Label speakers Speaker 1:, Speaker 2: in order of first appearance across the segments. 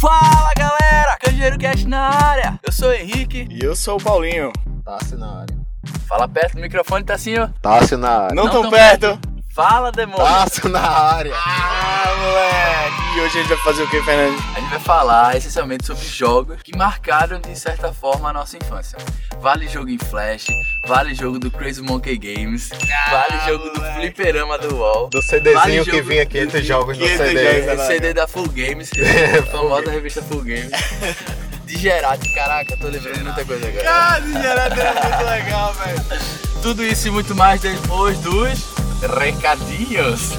Speaker 1: Fala galera, Canjeiro Cast na área. Eu sou o Henrique.
Speaker 2: E eu sou o Paulinho.
Speaker 3: Tá na área.
Speaker 1: Fala perto do microfone, tá assim, ó.
Speaker 3: Tá na área.
Speaker 2: Ah, Não,
Speaker 1: Não
Speaker 2: tão,
Speaker 1: tão
Speaker 2: perto.
Speaker 1: Fala, demônio.
Speaker 3: Tá na área.
Speaker 2: Ah, moleque. E hoje a gente vai fazer o que, Fernando?
Speaker 1: A gente vai falar essencialmente sobre jogos que marcaram de certa forma a nossa infância. Vale jogo em Flash, vale jogo do Crazy Monkey Games, vale jogo do fliperama do UOL.
Speaker 3: Ah, Do CDzinho
Speaker 1: Vale
Speaker 3: que
Speaker 1: jogo- É,
Speaker 3: vinha 500 jogos no
Speaker 2: 500
Speaker 3: CD.
Speaker 2: jogos.
Speaker 1: O CD da Full Games, a famosa revista Full Games. De Gerard, caraca, tô lembrando de muita coisa agora.
Speaker 2: Cara, de gerado era é muito legal, velho.
Speaker 1: Tudo isso e muito mais depois dos recadinhos.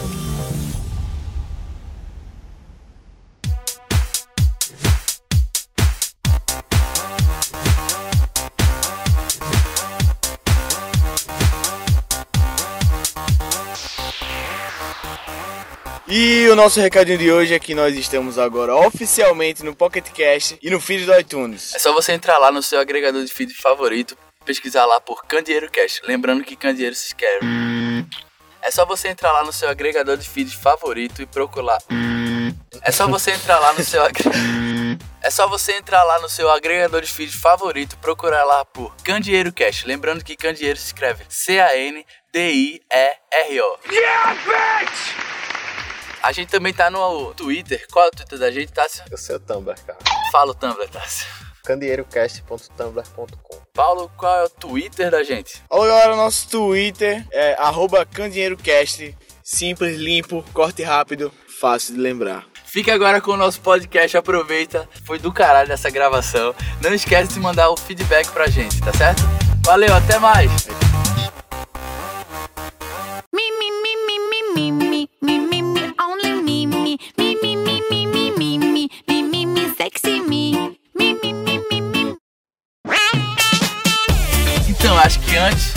Speaker 2: E o nosso recadinho de hoje é que nós estamos agora oficialmente no Pocket Cast e no feed do iTunes.
Speaker 1: É só você entrar lá no seu agregador de feed favorito, pesquisar lá por Candeeiro Cast. Lembrando que Candeeiro se escreve. É só você entrar lá no seu agregador de feed favorito e procurar. É só você entrar lá no seu agre- É só você entrar lá no seu agregador de feed favorito, procurar lá por Candeeiro Cast. Lembrando que Candeeiro se escreve C A N D I E R O. A gente também tá no Twitter. Qual é o Twitter da gente, Tássio?
Speaker 3: Eu sei o Tumblr, cara.
Speaker 1: Fala o Tumblr, Tássio.
Speaker 3: Candeeirocast.tumblr.com
Speaker 1: Paulo, qual é o Twitter da gente?
Speaker 2: Olha galera, o nosso Twitter é arroba candinheirocast. Simples, limpo, corte rápido, fácil de lembrar.
Speaker 1: Fica agora com o nosso podcast, aproveita. Foi do caralho essa gravação. Não esquece de mandar o feedback pra gente, tá certo? Valeu, até mais!
Speaker 4: Me me me me me me me me me me only me me me me me me me me me me me me sexy me me me me me me.
Speaker 1: Então, acho que antes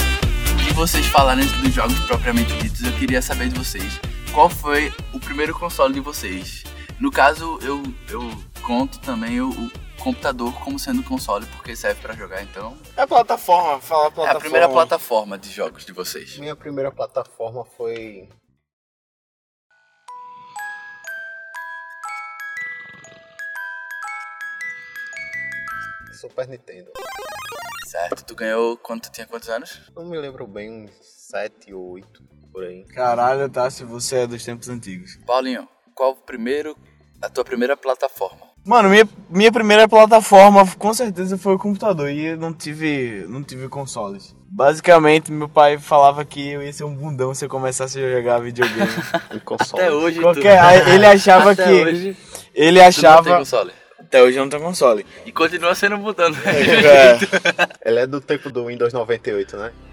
Speaker 1: de vocês falarem dos jogos propriamente ditos, eu queria saber de vocês qual foi o primeiro console de vocês. No caso, eu, eu conto também o, o computador como sendo console, porque serve pra jogar, então.
Speaker 2: É a plataforma, fala a
Speaker 1: É
Speaker 2: plataforma.
Speaker 1: a primeira plataforma de jogos de vocês.
Speaker 3: Minha primeira plataforma foi. Super Nintendo.
Speaker 1: Certo? Tu ganhou quando tu tinha quantos anos?
Speaker 3: Não me lembro bem, uns 7 ou 8 por aí. Um
Speaker 2: Caralho, tá, se você é dos tempos antigos.
Speaker 1: Paulinho, qual o primeiro, a tua primeira plataforma?
Speaker 2: Mano, minha, minha primeira plataforma com certeza foi o computador e eu não tive, não tive consoles. Basicamente, meu pai falava que eu ia ser um bundão se eu começasse a jogar videogame.
Speaker 3: Um console.
Speaker 1: Até hoje,
Speaker 2: Qualquer, aí ele achava
Speaker 1: Até
Speaker 2: que
Speaker 1: hoje,
Speaker 2: ele
Speaker 1: tu não tem
Speaker 2: achava
Speaker 1: console.
Speaker 2: até hoje eu não tem console.
Speaker 1: E continua sendo mudando.
Speaker 2: É.
Speaker 3: Ele é do tempo do Windows 98, né?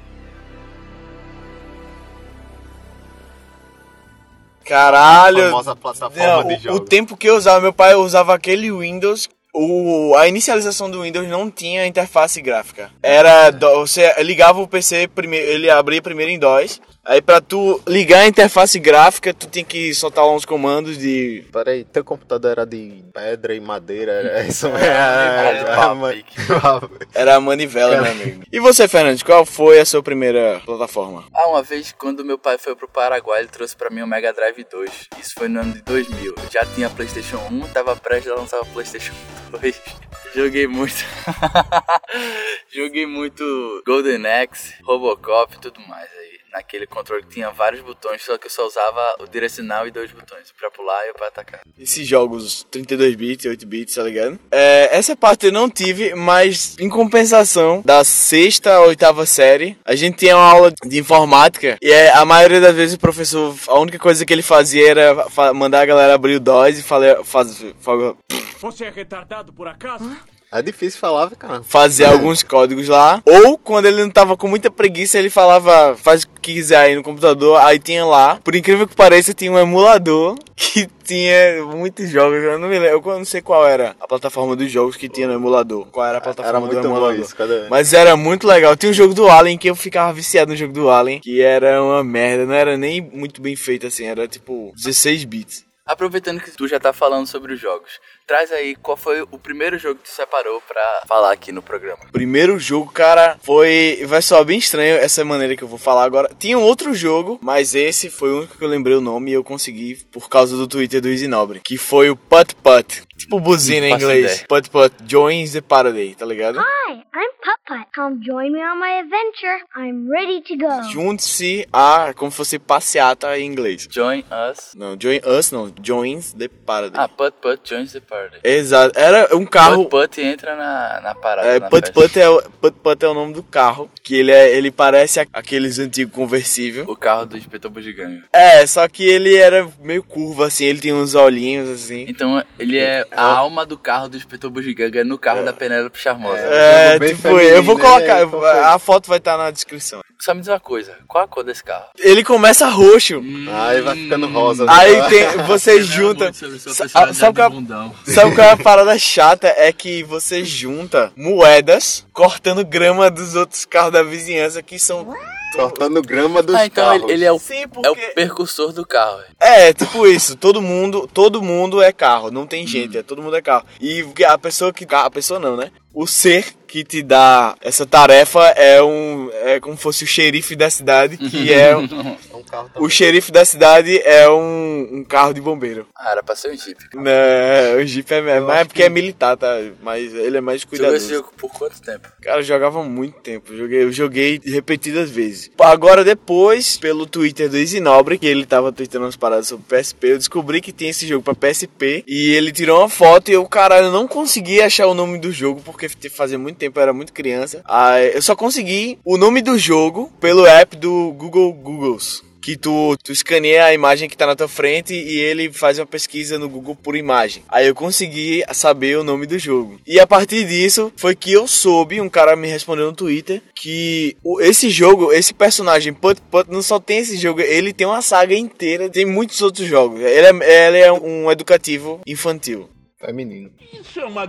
Speaker 2: Caralho.
Speaker 3: famosa plataforma
Speaker 2: Não,
Speaker 3: de
Speaker 2: o- o,
Speaker 3: jogos.
Speaker 2: tempo que eu usava, meu pai usava aquele Windows. O, a inicialização do Windows não tinha interface gráfica. Era. do- você ligava o PC, primeiro, ele abria primeiro em DOS. Aí pra tu ligar a interface gráfica, tu tinha que soltar lá uns comandos de.
Speaker 3: Peraí, teu computador era de pedra e madeira, era isso
Speaker 2: É,
Speaker 3: mesmo? É,
Speaker 1: Caralho, papo, pique.
Speaker 2: Era a manivela, meu amigo. E você, Fernandes, qual foi a sua primeira plataforma?
Speaker 1: Ah, uma vez quando meu pai foi pro Paraguai, ele trouxe pra mim o Mega Drive 2. Isso foi no ano de 2000. Eu já tinha PlayStation 1, tava prestes a lançar o PlayStation 2. Joguei muito. Joguei muito Golden Axe, Robocop e tudo mais aí. Naquele controle que tinha vários botões, só que eu só usava o direcional e dois botões, pra pular e pra atacar.
Speaker 2: Esses jogos 32 bits, 8 bits, tá ligado? É, essa parte eu não tive, mas em compensação, da sexta a oitava série, a gente tinha uma aula de informática e é, a maioria das vezes o professor, a única coisa que ele fazia era fa- mandar a galera abrir o DOS e fale- faz- fa-
Speaker 5: Você é retardado por acaso?
Speaker 3: É difícil falar, viu, cara.
Speaker 2: fazer alguns códigos lá. Ou quando ele não tava com muita preguiça, ele falava, faz o que quiser aí no computador, aí tinha lá. Por incrível que pareça, tinha um emulador que tinha muitos jogos. Eu não me lembro, eu não sei qual era a plataforma dos jogos que tinha no emulador. Qual era a plataforma
Speaker 3: Era
Speaker 2: do
Speaker 3: muito bom
Speaker 2: emulador.
Speaker 3: isso, cadê?
Speaker 2: Mas era muito legal. Tinha um jogo do Alien que eu ficava viciado no jogo do Alien, que era uma merda, não era nem muito bem feito assim, era tipo 16 bits.
Speaker 1: Aproveitando que tu já tá falando sobre os jogos, Traz aí qual foi o primeiro jogo que tu separou pra falar aqui no programa.
Speaker 2: Primeiro jogo, cara, foi. Vai soar bem estranho essa maneira que eu vou falar agora. Tinha um outro jogo, mas esse foi o único que eu lembrei o nome e eu consegui por causa do Twitter do Isinobre, que foi o Putt Putt. Tipo buzina em
Speaker 1: Não faço
Speaker 2: inglês.
Speaker 1: ideia.
Speaker 2: Putt é. Putt Joins the Parody, tá ligado?
Speaker 6: Hi, I'm Puppet. Come join me on my adventure. I'm ready to go.
Speaker 2: Junte-se a. Como se fosse passeata em inglês.
Speaker 1: Join us.
Speaker 2: Não, join us não. Joins the Parody.
Speaker 1: Ah, Put Put joins the party.
Speaker 2: Exato. Era um É, carro.
Speaker 1: Put Put entra na, na parada.
Speaker 2: É,
Speaker 1: na
Speaker 2: Putt
Speaker 1: festa.
Speaker 2: Putt é, o- Putt Putt é o nome do carro. Que ele, é, ele parece a- aqueles antigos conversível.
Speaker 1: O carro do Espetor Bugiganga.
Speaker 2: É, só que ele era meio curvo, assim, ele tinha uns olhinhos, assim.
Speaker 1: Então, ele é a alma do carro do Espetor Bugiganga no carro da Penélope Charmosa.
Speaker 2: É,
Speaker 3: jogo um bem
Speaker 2: tipo,
Speaker 3: feminino,
Speaker 2: eu vou
Speaker 3: né?
Speaker 2: colocar,
Speaker 3: Então foi.
Speaker 2: a foto vai estar na descrição.
Speaker 1: Só me diz uma coisa, qual a cor desse carro?
Speaker 2: Ele começa roxo,
Speaker 3: Aí vai ficando rosa. né?
Speaker 2: aí tem, você junta... sa- ah, Sabe qual, é- sabe qual é a parada chata? É que você junta moedas cortando grama dos outros carros da vizinhança que são...
Speaker 3: Cortando grama dos
Speaker 1: Ah, então
Speaker 3: carros.
Speaker 1: ele, ele é o...
Speaker 2: Sim,
Speaker 1: É o percursor do carro.
Speaker 2: É, tipo isso, todo mundo, todo mundo é carro, não tem gente, é, todo mundo é carro. E a pessoa que. A pessoa não, né? O ser que te dá essa tarefa é um. É como se fosse o xerife da cidade, que é. um-
Speaker 3: É um carro
Speaker 2: o xerife da cidade é um, um carro de bombeiro.
Speaker 1: Ah, era pra ser um Jeep.
Speaker 2: Não, o Jeep é. Mas é porque é militar, tá? Mas ele é mais
Speaker 1: Jogou esse
Speaker 2: cuidadoso.
Speaker 1: jogo por quanto tempo?
Speaker 2: Cara, eu jogava muito tempo. Joguei, eu joguei repetidas vezes. Agora, depois, pelo Twitter do Isinobre, que ele tava tweetando umas paradas sobre PSP, eu descobri que tinha esse jogo pra PSP. E ele tirou uma foto e eu, caralho, eu não consegui achar o nome do jogo, porque f- fazia muito tempo, eu era muito criança. Ah, eu só consegui o nome do jogo pelo app do Google Googles. Que tu, tu escaneia a imagem que tá na tua frente e ele faz uma pesquisa no Google por imagem. Aí eu consegui saber o nome do jogo. E a partir disso foi que eu soube, um cara me respondeu no Twitter, que o- esse jogo, esse personagem Putt Putt, não só tem esse jogo, ele tem uma saga inteira, tem muitos outros jogos. Ele é, ele é um educativo infantil.
Speaker 3: feminino.
Speaker 5: Isso é uma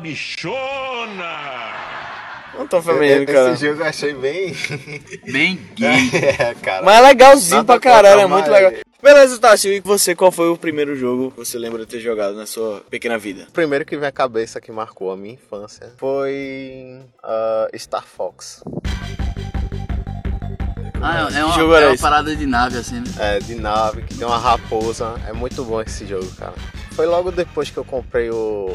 Speaker 5: bichona!
Speaker 2: Não tão
Speaker 3: É, Esse
Speaker 2: feminino, Tá cara.
Speaker 3: jogo eu achei bem.
Speaker 1: Bem gay.
Speaker 3: é, cara.
Speaker 2: Mas é legalzinho
Speaker 3: Nada
Speaker 2: pra caralho, é
Speaker 3: contra
Speaker 2: muito
Speaker 3: mais.
Speaker 2: legal. Beleza, Tássio, e você, qual foi o primeiro jogo que você lembra de ter jogado na sua pequena vida?
Speaker 3: O primeiro que vem à cabeça que marcou a minha infância foi ah, Star Fox.
Speaker 1: Ah, é, é uma,
Speaker 2: jogo
Speaker 1: é
Speaker 2: era
Speaker 1: uma
Speaker 2: esse?
Speaker 1: parada de nave, assim, né?
Speaker 3: É, de nave, que tem uma raposa. É muito bom esse jogo, cara. Foi logo depois que eu comprei o,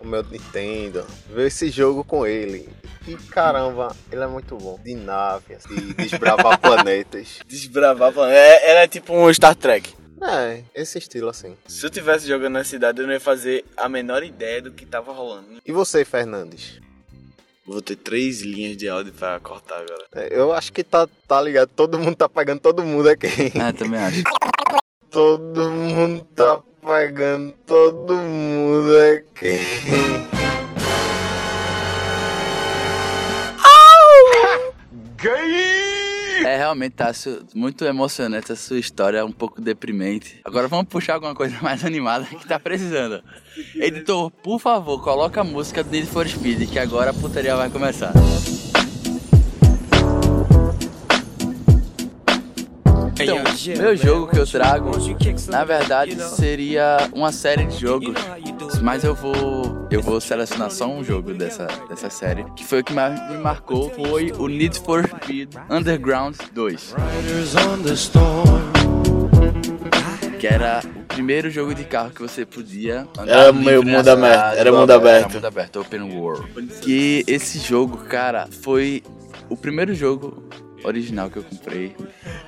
Speaker 3: o meu Nintendo. Veio esse jogo com ele. E caramba, ele é muito bom. De nave, assim, de desbravar planetas.
Speaker 2: Desbravar, falando. É, era tipo um Star Trek.
Speaker 3: É, esse estilo assim.
Speaker 2: Se eu tivesse jogando na cidade, eu não ia fazer a menor ideia do que tava rolando.
Speaker 3: E você, Fernandes?
Speaker 2: Vou ter três linhas de áudio pra cortar agora.
Speaker 3: É, Eu acho que tá, tá ligado. Todo mundo tá pagando todo mundo aqui.
Speaker 1: Ah, também acho.
Speaker 3: Todo mundo tá pagando todo mundo aqui.
Speaker 1: É realmente, Tássio, muito emocionante a sua história, um pouco deprimente. Agora vamos puxar alguma coisa mais animada que tá precisando. Editor, por favor, coloca a música do Need for Speed, que agora a putaria vai começar. Então, meu jogo que tá eu trago, na verdade, seria uma série de jogos. Mas eu vou, eu vou selecionar só um jogo dessa, dessa série, que foi o que mais me marcou, foi o Need for Speed Underground 2. Que era o primeiro jogo de carro que você podia andar
Speaker 2: Era
Speaker 1: livre
Speaker 2: meio
Speaker 1: na
Speaker 2: mundo aberto,
Speaker 1: cidade,
Speaker 2: era mundo aberto.
Speaker 1: Era mundo aberto, open world. Que esse jogo, cara, foi o primeiro jogo original que eu comprei.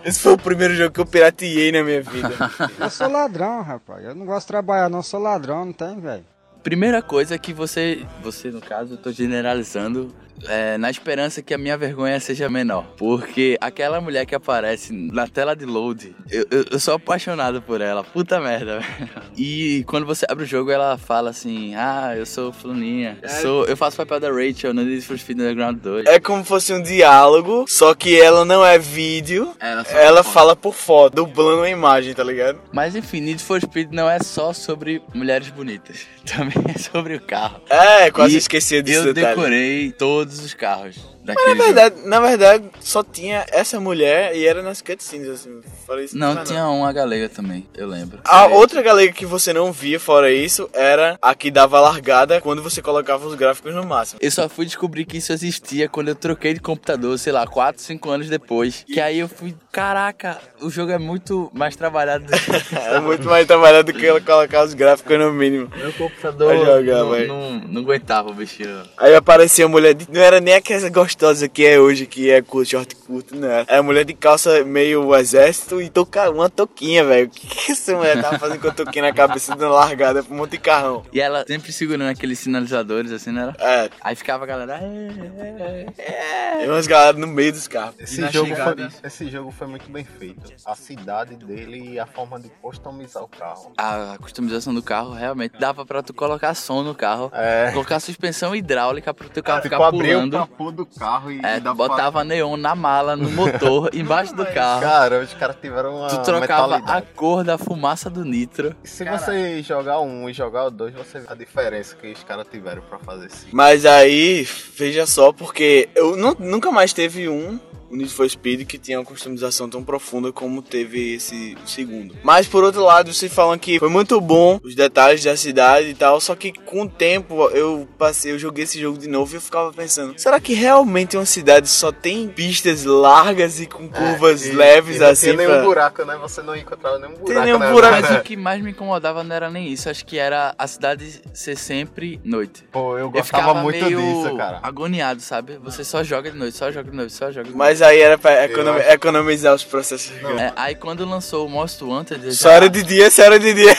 Speaker 2: Esse foi o primeiro jogo que eu pirateei na minha vida.
Speaker 7: Eu sou ladrão, rapaz. Eu não gosto de trabalhar, não. Eu sou ladrão, não tem, velho.
Speaker 1: Primeira coisa que você, você no caso, eu tô generalizando, é, na esperança que a minha vergonha seja menor. Porque aquela mulher que aparece na tela de load, eu, eu, eu sou apaixonado por ela, puta merda, velho. E quando você abre o jogo, ela fala assim: Ah, eu sou Fluninha, eu, sou, eu faço papel da Rachel no Need for Speed Underground 2.
Speaker 2: é como fosse um diálogo, só que ela não é vídeo.
Speaker 1: Ela, só
Speaker 2: Ela
Speaker 1: fala.
Speaker 2: fala por foto, dublando a imagem, tá ligado?
Speaker 1: Mas enfim, Need for Speed não é só sobre mulheres bonitas, também é sobre o carro.
Speaker 2: É, quase
Speaker 1: E
Speaker 2: esqueci disso
Speaker 1: Eu
Speaker 2: detalhe. é
Speaker 1: decorei todos os carros da daquele
Speaker 2: Na
Speaker 1: jogo.
Speaker 2: verdade, na verdade, só tinha essa mulher e era nas cutscenes, assim. Fora isso,
Speaker 1: Não,
Speaker 2: mais
Speaker 1: tinha uma galega também, eu lembro.
Speaker 2: A outra galega que você não via fora isso era a que dava largada quando você colocava os gráficos no máximo.
Speaker 1: Eu só fui descobrir que isso existia quando eu troquei de computador, sei lá, 4, 5 anos depois. Que aí eu fui, caraca, o jogo é muito mais trabalhado do que
Speaker 2: Era É, muito mais trabalhado do que ela colocar os gráficos no mínimo.
Speaker 1: meu computador.
Speaker 2: Vai jogar,
Speaker 1: não,
Speaker 2: vai.
Speaker 1: não, não aguentava o bichinho.
Speaker 2: Aí aparecia a mulher de... Não era nem aquela gostosa que é hoje, que é curto, short curto, não era. Era mulher de calça meio exército e toca uma toquinha, velho. O que, que essa mulher tava fazendo com a toquinha na cabeça dando largada pra um monte de carrão?
Speaker 1: E ela sempre segurando aqueles sinalizadores assim, não era?
Speaker 2: É,
Speaker 1: Aí ficava a galera. "É, é, é, é".
Speaker 2: tem umas galera no meio dos carros.
Speaker 1: E
Speaker 3: Esse
Speaker 1: na
Speaker 3: jogo, foi,
Speaker 1: chegada-
Speaker 3: esse jogo foi muito bem feito. A cidade dele e a forma de customizar o carro.
Speaker 1: A customização do carro realmente dava pra tu colocar som no carro,
Speaker 3: É.
Speaker 1: colocar suspensão hidráulica pro teu
Speaker 2: Ah,
Speaker 1: carro
Speaker 3: Tipo,
Speaker 1: ficar
Speaker 3: abrir o
Speaker 1: pulando.
Speaker 3: capô do carro e
Speaker 1: É,
Speaker 3: e dava
Speaker 1: botava neon na mala, no motor, embaixo do
Speaker 3: pra...
Speaker 1: carro.
Speaker 3: Cara, os caras tiveram uma
Speaker 1: Tu trocava a
Speaker 3: mentalidade.
Speaker 1: cor da fumaça do nitro.
Speaker 3: Se você jogar um e jogar o dois, você vê a diferença que os caras tiveram pra fazer esse.
Speaker 2: Mas aí, veja só, porque eu nu- nunca mais teve um o Need for Speed que tinha uma customização tão profunda como teve esse segundo. Mas por outro lado, vocês falam que foi muito bom os detalhes da cidade e tal, só que com o tempo eu passei, eu joguei esse jogo de novo e eu ficava pensando, será que realmente uma cidade só tem pistas largas É, e com curvas
Speaker 3: E-
Speaker 2: leves
Speaker 3: e não
Speaker 2: assim?
Speaker 3: Tinha nenhum
Speaker 2: pra-
Speaker 3: buraco, né? Você não encontrava nenhum buraco.
Speaker 2: nenhum
Speaker 3: né?
Speaker 2: buraco.
Speaker 1: Mas o que mais me incomodava não era nem isso, acho que era a cidade ser sempre noite.
Speaker 3: Pô, eu
Speaker 1: Eu
Speaker 3: gostava
Speaker 1: ficava
Speaker 3: muito
Speaker 1: meio
Speaker 3: disso, cara.
Speaker 1: agoniado, sabe? Você só joga de noite, só joga de noite, só joga de noite.
Speaker 2: Mas aí era pra econom-
Speaker 3: acho-
Speaker 2: economizar os processos.
Speaker 1: É, aí quando lançou o Most Wanted, eu
Speaker 2: Só
Speaker 1: já-
Speaker 2: era de dia, só era de dia.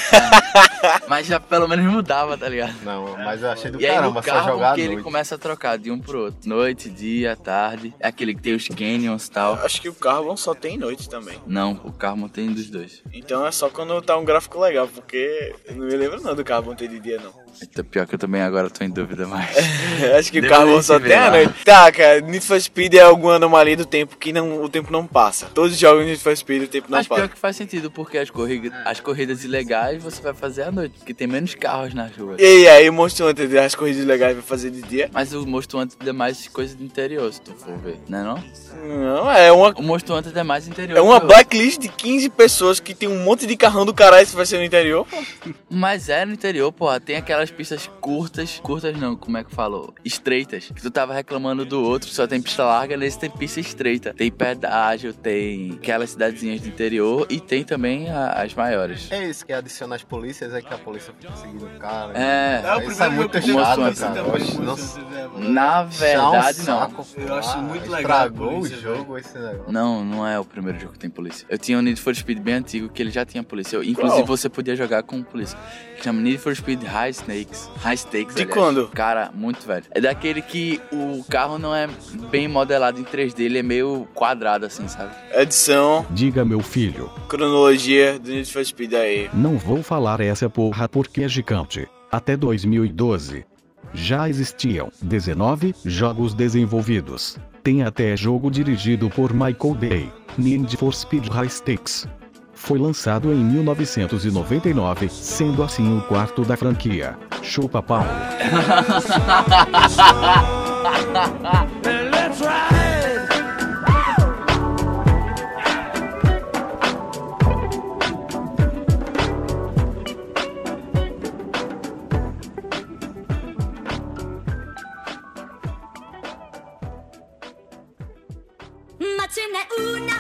Speaker 1: mas já pelo menos mudava, tá ligado?
Speaker 3: Não,
Speaker 2: É.
Speaker 3: mas eu achei do
Speaker 1: E aí
Speaker 3: caramba
Speaker 1: no
Speaker 3: só
Speaker 1: carro
Speaker 3: jogar à
Speaker 1: que ele
Speaker 3: noite.
Speaker 1: começa a trocar de um pro outro. Noite, dia, tarde. É aquele que tem os canyons e tal.
Speaker 2: Acho que o carro só tem noite também.
Speaker 1: Não, o carro não tem dos dois.
Speaker 2: Então é só quando tá um gráfico legal, porque eu não me lembro não do Carbon ter de dia, não.
Speaker 1: Então, pior que eu também agora tô em dúvida, mas...
Speaker 2: Acho que o
Speaker 1: Depois a
Speaker 2: Carbon
Speaker 1: gente
Speaker 2: só
Speaker 1: vê
Speaker 2: tem a
Speaker 1: lá.
Speaker 2: noite. Tá, cara, Need for Speed é alguma anomalia do tempo que não, o tempo não passa. Todos os jogos de Need for Speed o tempo não
Speaker 1: Mas pior
Speaker 2: passa.
Speaker 1: que faz sentido, porque as, corri- as corridas ilegais você vai fazer à noite, porque tem menos carros nas ruas.
Speaker 2: E aí, o Monster Hunter, as corridas legais vai fazer de dia?
Speaker 1: Mas o Monstro Hunter é mais coisa de interior, se tu for ver, né não?
Speaker 2: Não, é uma...
Speaker 1: O Monstro Hunter é mais interior.
Speaker 2: É uma
Speaker 1: que o-
Speaker 2: blacklist de 15 pessoas que tem um monte de carrão do caralho se vai ser no interior. pô.
Speaker 1: Mas é no interior, porra. Tem aquelas pistas curtas. Curtas não, como é que falou? Estreitas. Que tu tava reclamando do outro, só tem pista larga, nesse tem pista estreita. Tem pedágio, tem aquelas cidadezinhas do interior e tem também a- as maiores.
Speaker 3: É isso que adiciona as polícias, é que a polícia fica seguindo o cara.
Speaker 1: É.
Speaker 3: Isso é muito
Speaker 1: que eu jogo
Speaker 3: chato,
Speaker 1: com isso
Speaker 3: cara. Oxe, nossa,
Speaker 1: Na verdade,
Speaker 3: chá
Speaker 1: não.
Speaker 3: um saco,
Speaker 2: Eu acho
Speaker 3: cara.
Speaker 2: muito legal a
Speaker 3: Estragou o
Speaker 2: polícia,
Speaker 3: jogo esse negócio.
Speaker 1: Não, não é o primeiro jogo que tem polícia. Eu tinha um Need for Speed bem antigo que ele já tinha polícia. Eu- inclusive
Speaker 2: Qual?
Speaker 1: você podia jogar com polícia. Chama Need for Speed High Snakes. High Stakes.
Speaker 2: De
Speaker 1: aliás.
Speaker 2: quando?
Speaker 1: Cara, muito velho. É daquele que o carro não é bem modelado em 3D, ele é meio quadrado assim, sabe?
Speaker 2: Edição,
Speaker 8: Diga meu filho,
Speaker 2: cronologia do Need for Speed aí.
Speaker 8: não vou falar essa porra porque é gigante. Até 2012. Já existiam 19 jogos desenvolvidos. Tem até jogo dirigido por Michael Bay, Need for Speed High Stakes. Foi lançado em 1999, sendo assim o quarto da franquia. Chupa Paulo.
Speaker 4: Ma ce n'è una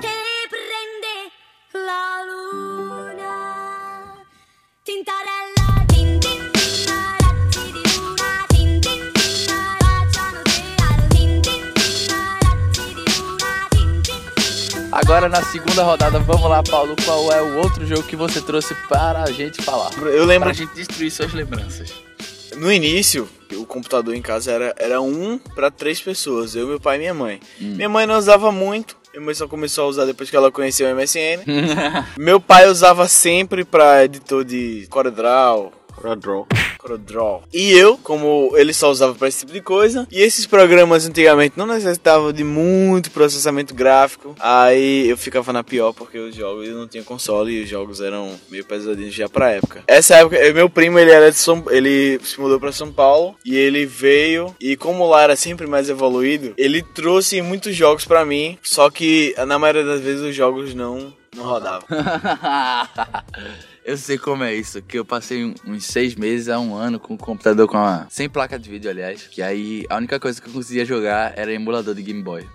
Speaker 4: che prende la luna. Tintarella, tin tin tin, ragazzi di luna, tin tin tin, baciano te al tin tin tin, ragazzi di luna, tin tin tin.
Speaker 1: Agora na segunda rodada, vamos lá, Paulo. Qual é o outro jogo que você trouxe para a gente falar?
Speaker 2: Eu lembro
Speaker 1: Pra gente destruir suas lembranças.
Speaker 2: No início, o computador em casa era, era um pra três pessoas, eu, meu pai e minha mãe. Minha mãe não usava muito, minha mãe só começou a usar depois que ela conheceu o MSN. meu pai usava sempre pra editor de CorelDRAW,
Speaker 3: Rodro.
Speaker 2: Microdraw. E eu, como ele só usava pra esse tipo de coisa, e esses programas antigamente não necessitavam de muito processamento gráfico, aí eu ficava na pior porque os jogos eu não tinha console e os jogos eram meio pesadinhos já pra época. Essa época, eh, meu primo ele era de São, ele se mudou pra São Paulo e ele veio e como lá era sempre mais evoluído, ele trouxe muitos jogos pra mim, só que na maioria das vezes os jogos não não rodavam.
Speaker 1: eu sei como é isso, que eu passei um- uns seis meses a um ano com o computador com uma... Sem placa de vídeo, aliás. Que aí a única coisa que eu conseguia jogar era emulador de Game Boy.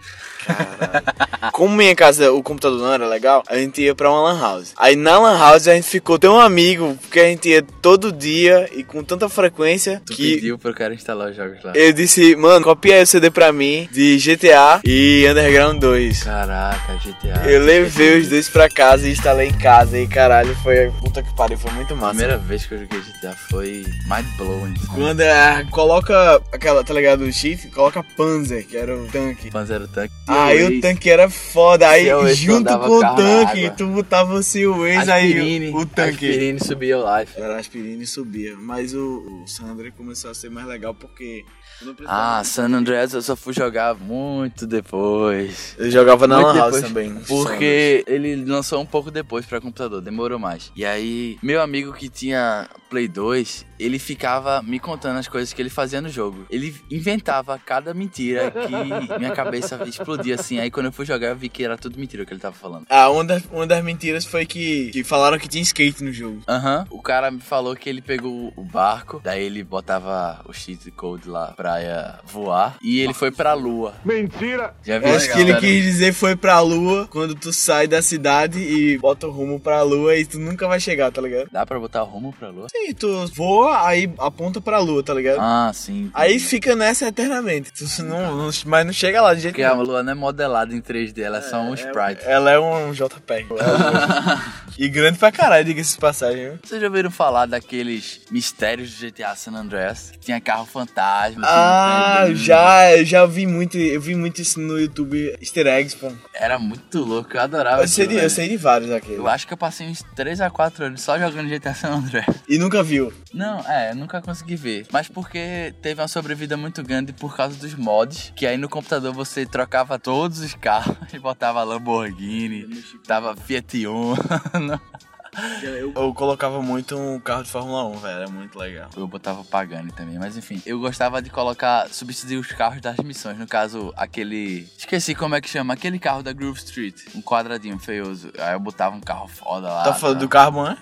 Speaker 2: Como minha casa, o computador não era legal, a gente ia pra uma lan house. Aí na lan house a gente ficou tão amigo, porque a gente ia todo dia e com tanta frequência
Speaker 1: Tu
Speaker 2: que
Speaker 1: pediu pro cara instalar os jogos lá.
Speaker 2: eu disse, mano, copia aí o CD pra mim de GTA e Underground 2.
Speaker 1: Caraca, GTA.
Speaker 2: Eu levei os dois pra casa e instalei em casa e caralho, foi puta que pariu, foi muito
Speaker 1: A
Speaker 2: massa.
Speaker 1: primeira vez que eu joguei GTA foi mind blowing.
Speaker 2: Quando é, coloca aquela, tá ligado, o cheat, coloca Panzer, que era o tanque.
Speaker 1: Panzer Tank.
Speaker 2: Aí o tanque era foda, aí
Speaker 1: Seu ex
Speaker 2: junto
Speaker 1: mandava
Speaker 2: com o
Speaker 1: carro na
Speaker 2: tanque,
Speaker 1: água.
Speaker 2: tu botava o seu ex, aí o- o tanque.
Speaker 1: Aspirine subia o life.
Speaker 2: Era aspirina e subia. Mas o, o Sandra começou a ser mais legal porque. eu não precisava-
Speaker 1: Ah, San Andreas eu só fui jogar muito depois.
Speaker 2: Eu jogava na
Speaker 1: Muito
Speaker 2: Lan House
Speaker 1: depois,
Speaker 2: também.
Speaker 1: Porque ele lançou um pouco depois pra computador, demorou mais. E aí, meu amigo que tinha Play 2, ele ficava me contando as coisas que ele fazia no jogo. Ele inventava cada mentira que minha cabeça explodia assim. Aí quando eu fui jogar, eu vi que era tudo mentira o que ele tava falando.
Speaker 2: Ah, uma das, uma das mentiras foi que, que falaram que tinha skate no jogo.
Speaker 1: Aham. O cara me falou que ele pegou o barco, daí ele botava o cheat code lá pra eh, voar e ele foi pra lua.
Speaker 5: Mentira!
Speaker 1: Já viu
Speaker 2: Eu
Speaker 1: essa
Speaker 2: acho que ele
Speaker 1: história?
Speaker 2: quis dizer foi pra lua quando tu sai da cidade e bota o rumo pra lua e tu nunca vai chegar, tá ligado?
Speaker 1: Dá pra botar rumo pra lua?
Speaker 2: Sim, tu voa, aí aponta pra lua, tá ligado?
Speaker 1: Ah, sim.
Speaker 2: Aí fica nessa eternamente. Tu não, não- mas não chega lá de jeito
Speaker 1: Porque a lua não é modelada em 3D, ela é, só um sprite.
Speaker 2: Ela é um JPEG. e grande pra caralho, diga-se de passagem. viu?
Speaker 1: Vocês já ouviram falar daqueles mistérios do GTA San Andreas? Que tinha um carro fantasma. que
Speaker 2: Ah,
Speaker 1: não tem-
Speaker 2: já, eu já vi muito, eu vi muito isso no YouTube, easter eggs, pô.
Speaker 1: Era muito louco, eu adorava.
Speaker 2: Eu sei,
Speaker 1: aquilo,
Speaker 2: de,
Speaker 1: velho.
Speaker 2: eu sei de vários aqui.
Speaker 1: Eu acho que eu passei uns 3 a 4 anos só jogando GTA San Andreas.
Speaker 2: E nunca viu.
Speaker 1: Não, é, eu nunca consegui ver. Mas porque teve uma sobrevida muito grande por causa dos mods, que aí no computador você trocava todos os carros e botava Lamborghini, tava Fiat Uno.
Speaker 2: Eu, colocava muito um carro de Fórmula 1, velho, é muito legal.
Speaker 1: Eu botava Pagani também, mas enfim. Eu gostava de colocar, substituir os carros das missões. No caso, aquele. Esqueci como é que chama. Aquele carro da Groove Street. Um quadradinho feioso. Aí eu botava um carro foda lá.
Speaker 2: tá falando do Carbon, né?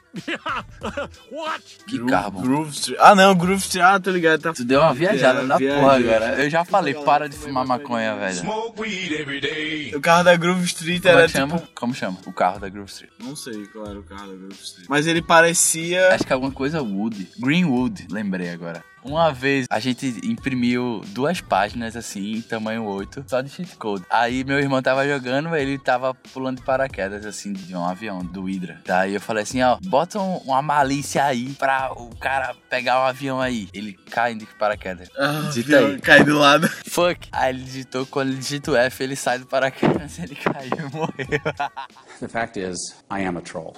Speaker 5: What?
Speaker 1: Que carro? mano?
Speaker 2: Groove Street. Ah, não, Groove Street. Ah, tô ligado. Tá...
Speaker 1: Tu deu uma viajada
Speaker 2: É,
Speaker 1: na
Speaker 2: viajei.
Speaker 1: porra agora. Eu já falei, para de fumar maconha, velho.
Speaker 5: Smoke weed every day.
Speaker 2: O carro da Groove Street
Speaker 1: Como
Speaker 2: era
Speaker 1: é que chama?
Speaker 2: tipo...
Speaker 1: Como chama? O carro da Groove Street.
Speaker 2: Não sei qual era o carro da Groove Street. Mas ele parecia...
Speaker 1: Acho que é alguma coisa Wood. Greenwood, lembrei agora. Uma vez a gente imprimiu duas páginas assim, em tamanho 8, só de cheat code. Aí meu irmão tava jogando, ele tava pulando de paraquedas assim, de um avião, do Hydra. Daí eu falei assim: ó, bota um- uma malícia aí pra o cara pegar o avião aí. Ele cai de paraquedas.
Speaker 2: Ah,
Speaker 1: Digita aí.
Speaker 2: viu? Cai do lado.
Speaker 1: Fuck! Aí ele digitou, quando ele digita o F, ele sai do paraquedas, ele caiu e morreu.
Speaker 9: The fact is, I am a troll.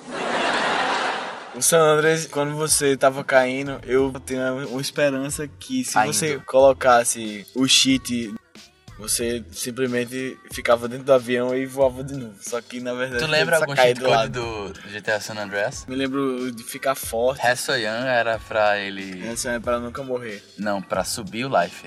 Speaker 2: O San Andreas, quando você tava caindo, eu tenho uma esperança que se
Speaker 1: Ainda.
Speaker 2: você colocasse o cheat, você simplesmente ficava dentro do avião e voava de novo. Só que na verdade.
Speaker 1: tu lembra
Speaker 2: só
Speaker 1: algum
Speaker 2: cai
Speaker 1: cheat code do GTA San Andreas?
Speaker 2: Me lembro de ficar forte.
Speaker 1: Ré Soyan era pra ele.
Speaker 2: Essa é pra nunca morrer.
Speaker 1: Não, pra subir o life.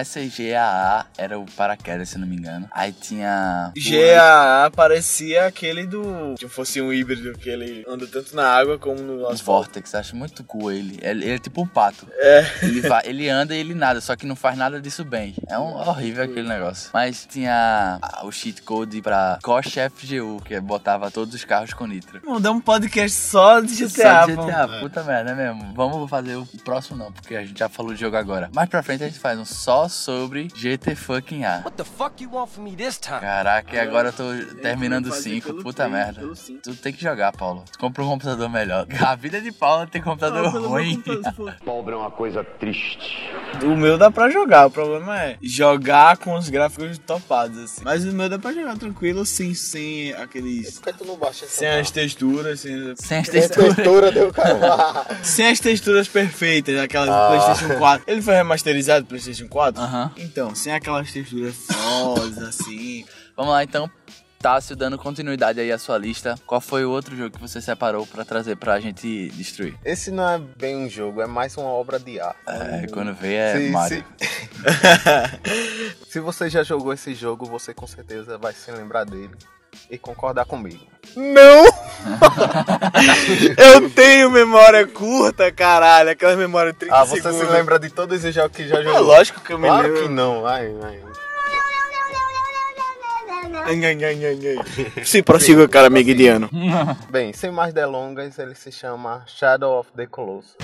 Speaker 1: YSGAA era o paraquedas, se não me engano. Aí tinha.
Speaker 2: GAA parecia aquele do. Se fosse um híbrido, que ele anda tanto na água como no
Speaker 1: Um
Speaker 2: asfalto.
Speaker 1: Vortex, acho muito cool ele. Ele, ele é tipo um pato.
Speaker 2: É.
Speaker 1: Ele, vai, ele anda e ele nada, só que não faz nada disso bem. É um horrível aquele negócio. Mas tinha ah, o cheat code pra Cosh FGU, que é, botava todos os carros com nitro.
Speaker 2: Mano, dá um podcast só de GTA.
Speaker 1: Só de
Speaker 2: pô.
Speaker 1: GTA, puta merda, é mesmo. Vamos fazer o próximo não, porque a gente já falou de jogo agora. Mais pra frente a gente faz um só sobre GT fucking A.
Speaker 10: What the fuck you want from me this time?
Speaker 1: Caraca, e agora eu tô terminando
Speaker 2: fazer
Speaker 1: 5,
Speaker 2: pelo
Speaker 1: puta
Speaker 2: três,
Speaker 1: merda.
Speaker 2: pelo cinco.
Speaker 1: Tu tem que jogar, Paulo. Tu compra um computador melhor. A vida de Paulo tem computador
Speaker 2: pelo meu
Speaker 1: ruim.
Speaker 2: computador, pô.
Speaker 10: Pobre é uma coisa triste.
Speaker 2: O meu dá pra jogar, o problema é jogar já com os gráficos topados, assim. Mas o meu dá pra jogar tranquilo, sem, sem aqueles.
Speaker 3: Por que tu não baixa essa
Speaker 2: Sem as texturas, sem,
Speaker 1: sem as
Speaker 3: texturas. textura deu carvalho.
Speaker 2: sem as texturas perfeitas, aquelas
Speaker 3: Ah.
Speaker 2: do PlayStation 4. Ele foi remasterizado pro PlayStation 4?
Speaker 1: Aham.
Speaker 2: Então, sem aquelas texturas fosas, assim.
Speaker 1: Vamos lá então. Tássio, dando continuidade aí à sua lista, qual foi o outro jogo que você separou pra trazer pra gente destruir?
Speaker 3: Esse não é bem um jogo, é mais uma obra de arte.
Speaker 1: É, quando vê é
Speaker 3: Sim,
Speaker 1: Mario.
Speaker 3: sim. se você já jogou esse jogo, você com certeza vai se lembrar dele e concordar comigo.
Speaker 2: Não! Eu tenho memória curta, caralho. Aquela memória 30
Speaker 3: Ah, você se
Speaker 2: segundos.
Speaker 3: lembra de todos os jogos que já
Speaker 2: É
Speaker 3: jogou?
Speaker 2: lógico que eu me
Speaker 3: Claro que
Speaker 2: lembro.
Speaker 3: não, vai, vai.
Speaker 2: Se prossiga, cara, migueliano.
Speaker 3: Bem, sem mais delongas, ele se chama Shadow of the Colossus.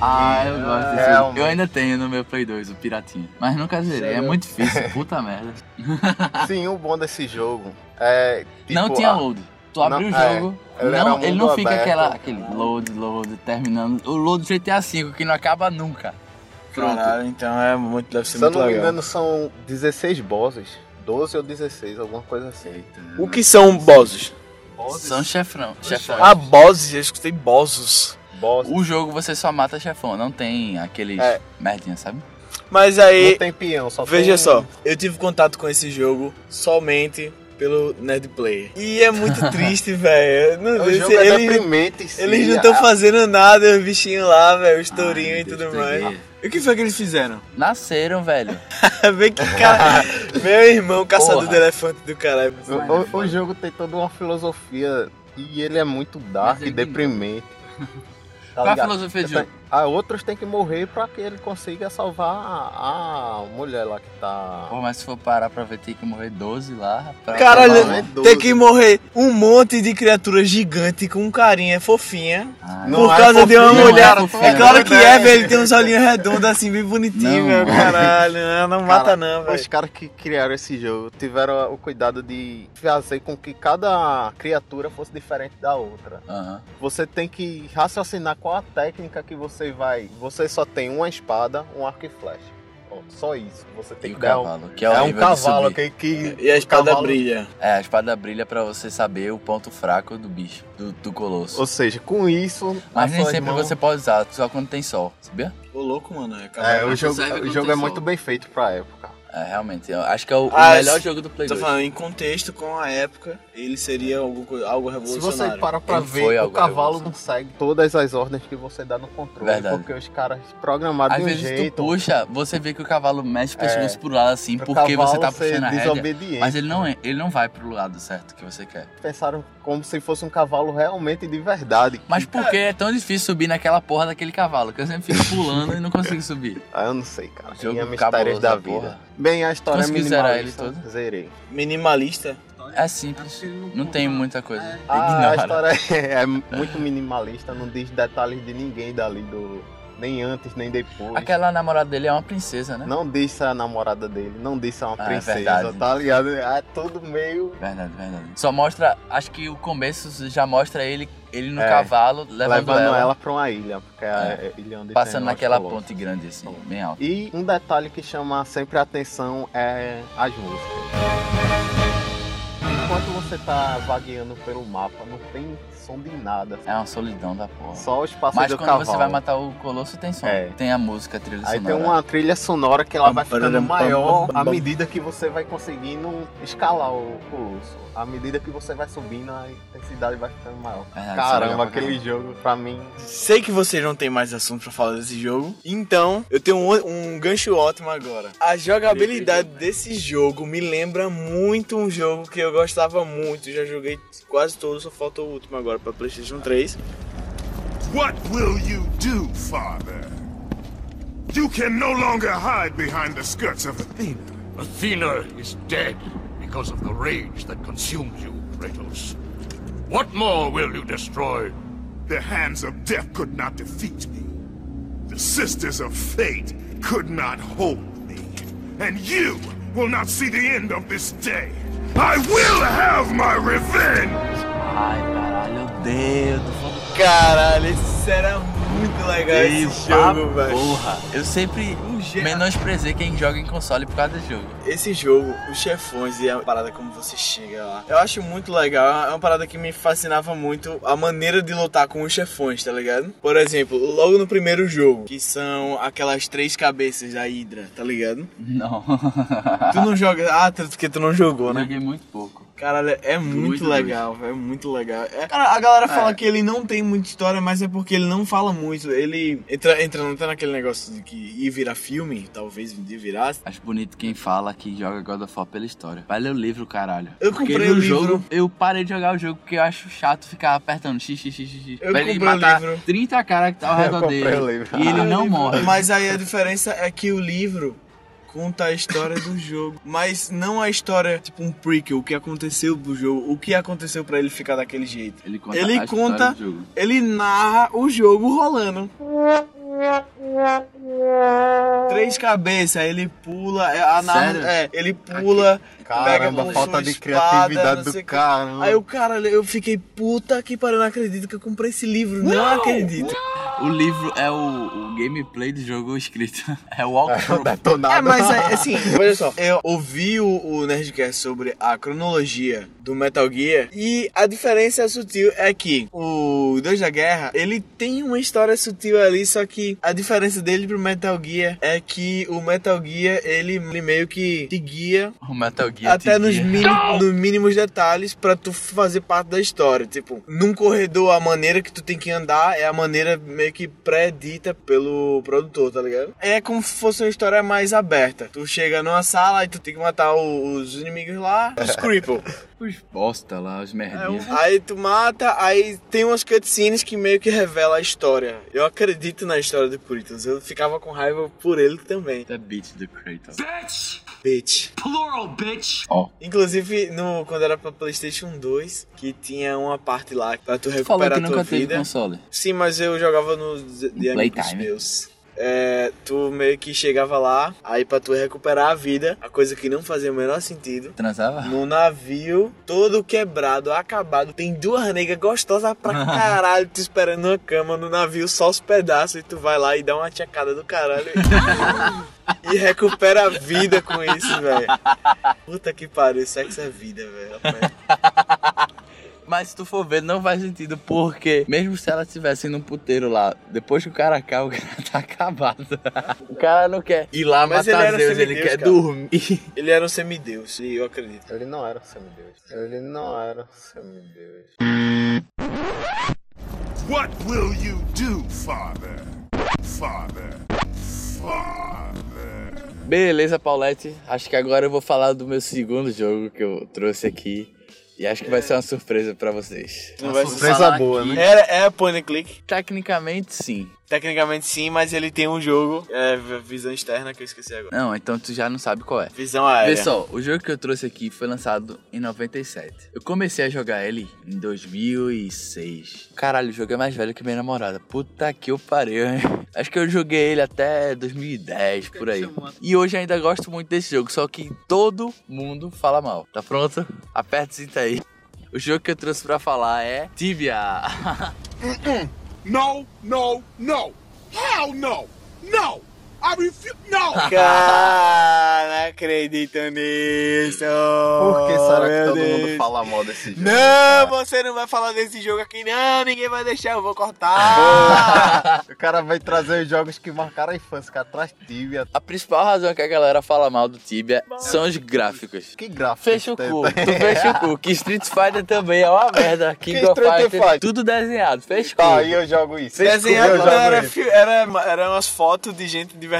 Speaker 1: Ah, eu gosto desse
Speaker 3: É,
Speaker 1: jogo.
Speaker 3: mano.
Speaker 1: Eu ainda tenho no meu Play 2, o Piratinho. Mas nunca zerei, é muito difícil, puta merda.
Speaker 3: Tipo, Sim, o bom desse jogo é. Tipo,
Speaker 1: não tinha
Speaker 3: a-
Speaker 1: load. Tu abriu
Speaker 3: não-
Speaker 1: o jogo,
Speaker 3: é, ele
Speaker 1: não,
Speaker 3: era
Speaker 1: ele não
Speaker 3: mundo
Speaker 1: fica
Speaker 3: aberto.
Speaker 1: aquela, aquele load, load, terminando. O load do GTA V, que não acaba nunca. Pronto.
Speaker 2: Caralho, então é muito, deve ser
Speaker 3: Se eu
Speaker 2: muito
Speaker 3: não me
Speaker 2: legal.
Speaker 3: engano, são 16 bosses. 12 ou 16, alguma coisa assim.
Speaker 2: O que são bosses?
Speaker 1: São chefrão, chefão.
Speaker 2: Ah, bosses, eu escutei bosses.
Speaker 3: Bosses.
Speaker 1: O jogo você só mata chefão, não tem aqueles
Speaker 3: É.
Speaker 1: merdinha, sabe?
Speaker 2: Mas
Speaker 3: Não
Speaker 2: aí,
Speaker 3: tem peão, só
Speaker 2: veja
Speaker 3: tem- um.
Speaker 2: só, eu tive contato com esse jogo somente pelo Nerd Player. E é muito triste, velho. Não,
Speaker 3: O jogo é
Speaker 2: eles,
Speaker 3: deprimente, sim.
Speaker 2: eles não estão
Speaker 3: Ah,
Speaker 2: fazendo nada, os bichinhos lá, velho, os tourinhos
Speaker 1: Ai,
Speaker 2: e
Speaker 1: Deus,
Speaker 2: tudo
Speaker 1: peguei.
Speaker 2: mais. E o que foi que eles fizeram?
Speaker 1: Nasceram, velho.
Speaker 3: Tá
Speaker 2: Vem que cara. Meu irmão, caçador
Speaker 1: Porra.
Speaker 2: de elefante do caralho.
Speaker 3: O, o- o jogo tem toda uma filosofia e ele é muito dark
Speaker 1: Mas ele-
Speaker 3: e deprimente. Tá
Speaker 2: é
Speaker 1: Qual a
Speaker 3: ligado?
Speaker 1: filosofia do
Speaker 3: Tem-
Speaker 1: jogo?
Speaker 3: Ah, outros tem que morrer pra que ele consiga salvar a, a mulher lá que tá.
Speaker 1: Pô, mas se for parar pra ver, tem que morrer 12 lá. pra
Speaker 2: Caralho,
Speaker 3: é
Speaker 1: acabar, né?
Speaker 2: tem que morrer um monte de criatura gigante com um carinha é fofinha.
Speaker 1: Ah,
Speaker 3: Não
Speaker 2: por
Speaker 3: é
Speaker 2: causa de uma
Speaker 3: fofinho,
Speaker 1: não é
Speaker 2: mulher.
Speaker 1: fofinho.
Speaker 2: É, claro que é,
Speaker 3: Verdade.
Speaker 2: velho. Ele tem uns olhinhos redondos assim, bem bonitinho,
Speaker 1: Não,
Speaker 2: velho.
Speaker 1: mano.
Speaker 2: Caralho, não, não mata
Speaker 3: Cara,
Speaker 2: não,
Speaker 3: Os
Speaker 2: velho.
Speaker 3: caras que criaram esse jogo tiveram o cuidado de fazer com que cada criatura fosse diferente da outra.
Speaker 1: Aham.
Speaker 3: Você tem que raciocinar qual a técnica que você vai. Você só tem uma espada, um arco e flecha. Pronto, só isso. Você tem
Speaker 1: E o
Speaker 3: que dar um-
Speaker 1: cavalo, que é,
Speaker 3: É um
Speaker 1: horrível de
Speaker 3: cavalo
Speaker 1: subir.
Speaker 3: que, que
Speaker 2: E a espada
Speaker 3: cavalo-
Speaker 2: brilha.
Speaker 1: É, a espada brilha pra você saber o ponto fraco do bicho, do, do colosso.
Speaker 3: Ou seja, com isso.
Speaker 1: Mas
Speaker 3: a
Speaker 1: nem
Speaker 3: sua
Speaker 1: sempre
Speaker 3: irmã-
Speaker 1: você pode usar, só quando tem sol, sabia?
Speaker 2: Ô, louco, mano. É,
Speaker 3: É,
Speaker 2: cavalo.
Speaker 3: o
Speaker 1: Mas
Speaker 3: jogo,
Speaker 1: serve
Speaker 3: o
Speaker 1: quando
Speaker 3: jogo
Speaker 1: tem
Speaker 3: é
Speaker 1: sol.
Speaker 3: muito bem feito pra época.
Speaker 1: É, realmente. Eu acho que é o, o
Speaker 2: Ah,
Speaker 1: melhor
Speaker 2: se-
Speaker 1: jogo do Play
Speaker 2: Tô
Speaker 1: 2.
Speaker 2: falando, em contexto com a época, ele seria algo, co- algo
Speaker 3: Se
Speaker 2: revolucionário.
Speaker 3: você parar pra
Speaker 1: Ele foi
Speaker 3: ver, o
Speaker 1: algo
Speaker 3: cavalo
Speaker 1: revolucionário.
Speaker 3: não segue todas as ordens que você dá no controle.
Speaker 1: Verdade.
Speaker 3: Porque os caras programaram
Speaker 1: Às
Speaker 3: de um
Speaker 1: vezes tu
Speaker 3: jeito.
Speaker 1: puxa, você vê que o cavalo mexe pra
Speaker 3: É.
Speaker 1: segundos pro lado assim,
Speaker 3: pro
Speaker 1: porque você
Speaker 3: cavalo
Speaker 1: tá
Speaker 3: ser
Speaker 1: puxando a rédea.
Speaker 3: desobediente.
Speaker 1: Mas ele não, é- ele não vai pro lado certo que você quer.
Speaker 3: Pensaram como se fosse um cavalo realmente de verdade.
Speaker 1: Mas por que é tão difícil subir naquela porra daquele cavalo? Que eu sempre fico pulando e não consigo subir.
Speaker 3: Ah, eu não sei, cara.
Speaker 1: Jogo
Speaker 3: Tinha minhas
Speaker 1: cabuloso
Speaker 3: tarefas da
Speaker 1: da
Speaker 3: vida.
Speaker 1: porra.
Speaker 3: Bem, a história é
Speaker 1: Conseguiu zerar
Speaker 3: minimalista.
Speaker 1: ele todo?
Speaker 3: Zerei.
Speaker 2: Minimalista.
Speaker 1: É simples. Não tem muita coisa.
Speaker 3: Ah, a
Speaker 1: Ignora.
Speaker 3: história é, é muito minimalista, não diz detalhes de ninguém dali do. Nem antes, nem depois.
Speaker 1: Aquela namorada dele é uma princesa, né?
Speaker 3: Não diz se é a namorada dele, não diz se é uma
Speaker 1: Ah, é
Speaker 3: princesa,
Speaker 1: verdade.
Speaker 3: tá ligado? É todo meio.
Speaker 1: Verdade, verdade. Só mostra, acho que o começo já mostra ele, ele no
Speaker 3: É.
Speaker 1: cavalo, levando,
Speaker 3: levando
Speaker 1: ela,
Speaker 3: ela pra uma ilha, porque é a ilha onde
Speaker 1: passando
Speaker 3: tem os
Speaker 1: naquela
Speaker 3: colossos.
Speaker 1: ponte grande assim, bem alta.
Speaker 3: E um detalhe que chama sempre a atenção é as músicas. Enquanto você tá vagueando pelo mapa, não tem som de nada.
Speaker 1: É uma solidão da porra.
Speaker 3: Só os passos
Speaker 1: Mas
Speaker 3: do
Speaker 1: quando
Speaker 3: cavalo.
Speaker 1: você vai matar o colosso, tem som.
Speaker 3: É.
Speaker 1: Tem a música, a trilha
Speaker 3: Aí tem
Speaker 1: sonora. É,
Speaker 3: uma trilha sonora que ela vai ficando
Speaker 2: Pararam, pam,
Speaker 3: maior
Speaker 2: pam, pam,
Speaker 3: à
Speaker 2: pam.
Speaker 3: medida que você vai conseguindo escalar o colosso. À medida que você vai subindo, a intensidade vai ficando maior.
Speaker 1: É,
Speaker 3: Caramba,
Speaker 1: isso é legal
Speaker 3: aquele jogo pra mim.
Speaker 2: Sei que vocês não têm mais assunto pra falar desse jogo, então eu tenho um, um gancho ótimo agora. A jogabilidade desse jogo me lembra muito um jogo que eu gostava muito, já joguei quase todos, só falta o último agora pra PlayStation 3.
Speaker 5: What will you do, Father? You can no longer hide behind the skirts of Athena. Athena is dead because of the rage that consumed you, Kratos. What more will you destroy? The hands of death could not defeat me. The sisters of fate could not hold me. And you will not see the end of this day. I will have my revenge!
Speaker 1: Ai, caralho, meu Deus. do fundo.
Speaker 2: Caralho, isso era muito muito legal esse jogo, velho. Um
Speaker 1: Eu sempre menosprezei quem joga em console por causa desse jogo.
Speaker 2: Esse jogo, os chefões e a parada como você chega lá. Eu acho muito legal, é uma parada que me fascinava muito a maneira de lutar com os chefões, tá ligado? Por exemplo, logo no primeiro jogo, que são aquelas três cabeças da Hydra, tá ligado?
Speaker 1: Não.
Speaker 2: Tu não joga. Ah, tu- porque tu não jogou, né?
Speaker 1: Joguei muito pouco.
Speaker 2: Caralho, é muito,
Speaker 1: Muito
Speaker 2: legal, é muito legal. É, cara, a galera
Speaker 1: É.
Speaker 2: fala que ele não tem muita história, mas é porque ele não fala muito. Ele entra, entra não tá naquele negócio de que ia virar filme, talvez um dia virasse.
Speaker 1: Acho bonito quem fala que joga God of War pela história. Vai ler o livro, caralho.
Speaker 2: Eu
Speaker 1: Porque
Speaker 2: comprei
Speaker 1: no
Speaker 2: o livro.
Speaker 1: jogo, eu parei de jogar o jogo porque eu acho chato ficar apertando x, x, x, x, x.
Speaker 2: Eu
Speaker 1: pra ele
Speaker 2: comprei o
Speaker 1: matar
Speaker 2: livro.
Speaker 1: 30 caras que tá ao redor
Speaker 3: comprei o
Speaker 1: dele.
Speaker 3: livro.
Speaker 1: E ele não morre.
Speaker 2: Ah, Mas aí a diferença é que o livro conta a história do jogo, mas não a história, tipo um prequel, o que aconteceu do jogo, o que aconteceu pra ele ficar daquele jeito.
Speaker 1: Ele conta
Speaker 2: Ele
Speaker 1: a história
Speaker 2: conta-
Speaker 1: do jogo.
Speaker 2: Ele narra o jogo rolando. Três cabeças, ele pula, é, a narra-
Speaker 1: Sério?
Speaker 2: é, ele pula, pega
Speaker 3: Caramba,
Speaker 2: com
Speaker 3: falta
Speaker 2: sua
Speaker 3: de
Speaker 2: espada,
Speaker 3: criatividade
Speaker 2: não sei
Speaker 3: do
Speaker 2: o quê.
Speaker 3: caramba.
Speaker 2: Aí o cara, eu fiquei puta que pariu, não acredito que eu comprei esse livro, não, acredito.
Speaker 1: O livro é o, o gameplay do jogo escrito. É o
Speaker 3: Não
Speaker 1: walkthrough.
Speaker 3: detonado.
Speaker 2: É, mas é, assim, olha só, eu ouvi o, o Nerdcast sobre a cronologia do Metal Gear e a diferença sutil é que o Deus da Guerra, ele tem uma história sutil ali, só que a diferença dele pro Metal Gear é que o Metal Gear, ele, ele meio que te guia
Speaker 1: o Metal Gear.
Speaker 2: até
Speaker 1: te
Speaker 2: nos,
Speaker 1: guia.
Speaker 2: mini- nos mínimos detalhes pra tu fazer parte da história. Tipo, num corredor, a maneira que tu tem que andar é a maneira meio que pré-dita pelo produtor, tá ligado? É como se fosse uma história mais aberta. Tu chega numa sala e tu tem que matar o- os inimigos lá, os Cripple.
Speaker 1: Os bosta lá,
Speaker 2: É um
Speaker 1: os merdinhos.
Speaker 2: aí tu mata, aí tem umas cutscenes que meio que revela a história. Eu acredito na história do Puritans, eu ficava com raiva por ele também.
Speaker 1: The beat do Kratos.
Speaker 2: Bitch.
Speaker 1: Ó.
Speaker 2: Inclusive, no, quando era pra Playstation 2, que tinha uma parte lá pra tu
Speaker 1: Tu falou
Speaker 2: recuperar
Speaker 1: que
Speaker 2: a tua
Speaker 1: nunca teve
Speaker 2: vida.
Speaker 1: console.
Speaker 2: Sim, mas eu jogava no de de amigos
Speaker 1: Playtime.
Speaker 2: meus. É, tu meio que chegava lá, aí pra tu recuperar a vida, a coisa que não fazia o menor sentido.
Speaker 1: Transava?
Speaker 2: No navio, todo quebrado, acabado, tem duas negras gostosas pra caralho te esperando na cama, no navio só os pedaços, e tu vai lá e dá uma tchacada do caralho e, e recupera a vida com isso, velho. Puta que pariu, sexo é vida, velho.
Speaker 1: Mas se tu for ver, não faz sentido, porque mesmo se ela estivesse num puteiro lá, depois que o cara cai, o cara tá acabado. O cara não quer ir lá
Speaker 2: Mas ele
Speaker 1: matar
Speaker 2: era um
Speaker 1: Zeus, ele
Speaker 2: semideus,
Speaker 1: quer
Speaker 2: cara.
Speaker 1: dormir.
Speaker 2: Ele era um semideus, e eu acredito.
Speaker 3: Ele não era um semideus. Ele não era um semideus.
Speaker 5: What will you do, father? Father. Father.
Speaker 1: Beleza, Paulette. Acho que agora eu vou falar do meu segundo jogo que eu trouxe aqui. E acho que vai ser uma surpresa pra vocês.
Speaker 2: Não vai
Speaker 1: Vou
Speaker 2: ser
Speaker 3: surpresa
Speaker 1: falar
Speaker 3: boa,
Speaker 1: que,
Speaker 3: né?
Speaker 2: Era, é point and click.
Speaker 1: Tecnicamente, sim.
Speaker 2: Tecnicamente sim, mas ele tem um jogo, é, v- visão externa que eu esqueci agora.
Speaker 1: Não, então tu já não sabe qual é.
Speaker 2: Visão aérea.
Speaker 1: Vê só, o jogo que eu trouxe aqui foi lançado em 97. Eu comecei a jogar ele em 2006. Caralho, o jogo é mais velho que minha namorada. Puta que eu pariu, hein? Acho que eu joguei ele até 2010, por aí. E hoje ainda gosto muito desse jogo, só que todo mundo fala mal. Tá pronto? Aperta o cinto aí. O jogo que eu trouxe pra falar é Tibia.
Speaker 5: No, no, no. Hell no. No. I refuse. No.
Speaker 2: Cara, não acredito nisso.
Speaker 3: Por que
Speaker 2: Oh,
Speaker 3: será que
Speaker 2: Meu
Speaker 3: todo
Speaker 2: Deus.
Speaker 3: mundo fala mal desse jogo?
Speaker 2: Não, você não vai falar desse jogo aqui, não. Ninguém vai deixar, eu vou
Speaker 3: Ah,
Speaker 2: cortar.
Speaker 3: O cara vai trazer os jogos que marcaram a infância, cara. Traz Tibia.
Speaker 1: A principal razão que a galera fala mal do Tibia são os gráficos.
Speaker 3: Que gráfico.
Speaker 1: Fecha o
Speaker 3: esse
Speaker 1: cu,
Speaker 3: tem?
Speaker 1: tu fecha o cu. Que Street Fighter também é uma merda. King
Speaker 3: Que
Speaker 1: of
Speaker 3: Street
Speaker 1: Fighter,
Speaker 3: Fighter?
Speaker 1: tudo desenhado. Fecha o cu.
Speaker 3: Tá, aí eu jogo isso.
Speaker 2: Desenhado
Speaker 3: Eu
Speaker 2: não,
Speaker 3: jogo
Speaker 2: assim, era,
Speaker 3: isso.
Speaker 2: fi- era, era umas fotos de gente de verdade.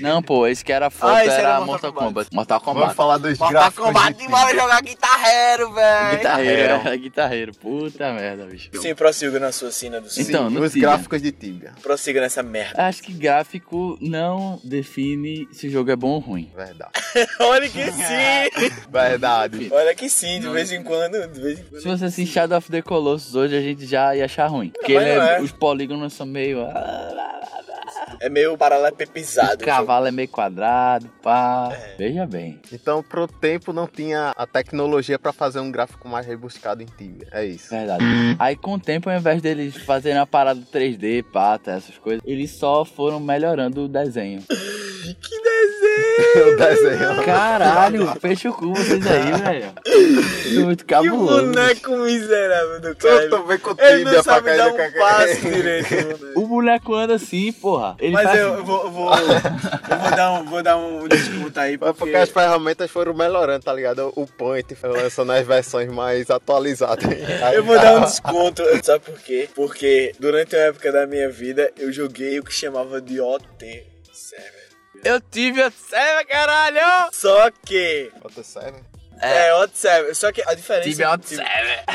Speaker 1: Não, pô, esse que era a foto
Speaker 2: Ah, esse
Speaker 1: era,
Speaker 2: era
Speaker 1: Mortal
Speaker 2: Mortal
Speaker 1: Kombat. Mortal
Speaker 3: Vamos
Speaker 1: Kombat.
Speaker 3: falar dos
Speaker 2: Mortal
Speaker 3: gráficos.
Speaker 2: Kombat,
Speaker 3: de
Speaker 2: bora jogar guitarreiro, velho.
Speaker 1: Guitarreiro, era guitarreiro. Puta merda, bicho.
Speaker 2: É. Sim, prossiga na sua cena do
Speaker 1: Então,
Speaker 3: Tibia.
Speaker 1: no
Speaker 3: os
Speaker 1: Tibia.
Speaker 3: gráficos de Tibia.
Speaker 2: Prossiga nessa merda.
Speaker 1: Acho que gráfico não define se o jogo é bom ou ruim.
Speaker 3: Verdade.
Speaker 2: Olha que sim.
Speaker 3: Verdade.
Speaker 2: Olha que sim, de vez em quando. De vez em quando.
Speaker 1: Se você assistir Shadow of the Colossus hoje, a gente já ia achar ruim. Porque
Speaker 2: É, mas
Speaker 1: ele
Speaker 2: não
Speaker 1: é-
Speaker 2: é.
Speaker 1: os polígonos são meio. ah,
Speaker 2: É meio paralelepipizado.
Speaker 1: O cavalo é meio quadrado, pá.
Speaker 2: É.
Speaker 1: Veja bem.
Speaker 3: Então, pro tempo, não tinha a tecnologia pra fazer um gráfico mais rebuscado em Tibia. É isso.
Speaker 1: Verdade. Aí com o tempo, ao invés deles fazerem a parada 3D, pata, essas coisas, eles só foram melhorando o desenho.
Speaker 2: Que desenho!
Speaker 3: o desenho.
Speaker 1: Caralho, fecha o cu vocês aí, velho. Tô muito
Speaker 2: Que
Speaker 1: cabuloso.
Speaker 2: boneco miserável do
Speaker 3: Eu
Speaker 2: cara.
Speaker 3: também com
Speaker 2: Ele
Speaker 3: Tibia
Speaker 2: não
Speaker 3: pra
Speaker 2: sabe
Speaker 3: cair
Speaker 2: dar
Speaker 3: no
Speaker 2: um
Speaker 3: caca-
Speaker 2: passo direito, mano.
Speaker 1: O boneco anda assim, porra. Ele
Speaker 2: Mas
Speaker 1: faz- assim.
Speaker 2: eu, eu vou, eu vou, eu vou dar um, vou dar um desconto aí,
Speaker 3: Mas
Speaker 2: porque...
Speaker 3: porque as ferramentas foram melhorando, tá ligado? O Paint foi lançando as versões mais atualizadas. Aí, tá
Speaker 2: Eu vou dar um desconto, sabe por quê? Porque durante uma época da minha vida, eu joguei o que chamava de OT Server.
Speaker 1: Eu tive a serva, caralho!
Speaker 2: Só que...
Speaker 3: Outra série?
Speaker 2: É, OT Server. Só que a diferença...
Speaker 1: Tive a
Speaker 2: Tibia-
Speaker 1: serva.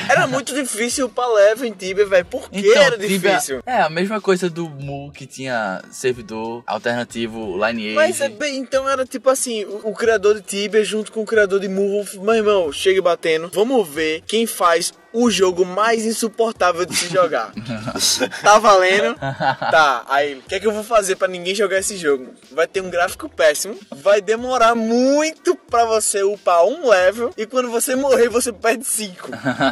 Speaker 2: Era muito difícil pra leva em Tibia, velho. Por que era
Speaker 1: Então, tive a-
Speaker 2: difícil?
Speaker 1: É, a mesma coisa do Mu que tinha servidor alternativo Lineage.
Speaker 2: Mas é bem, então era tipo assim, o, o criador de Tibia junto com o criador de Move, meu irmão, chega batendo. Vamos ver quem faz o jogo mais insuportável de se jogar. tá valendo? Tá, aí, o que é que eu vou fazer pra ninguém jogar esse jogo? Vai ter um gráfico péssimo, vai demorar muito pra você upar um level e quando você morrer você perde cinco.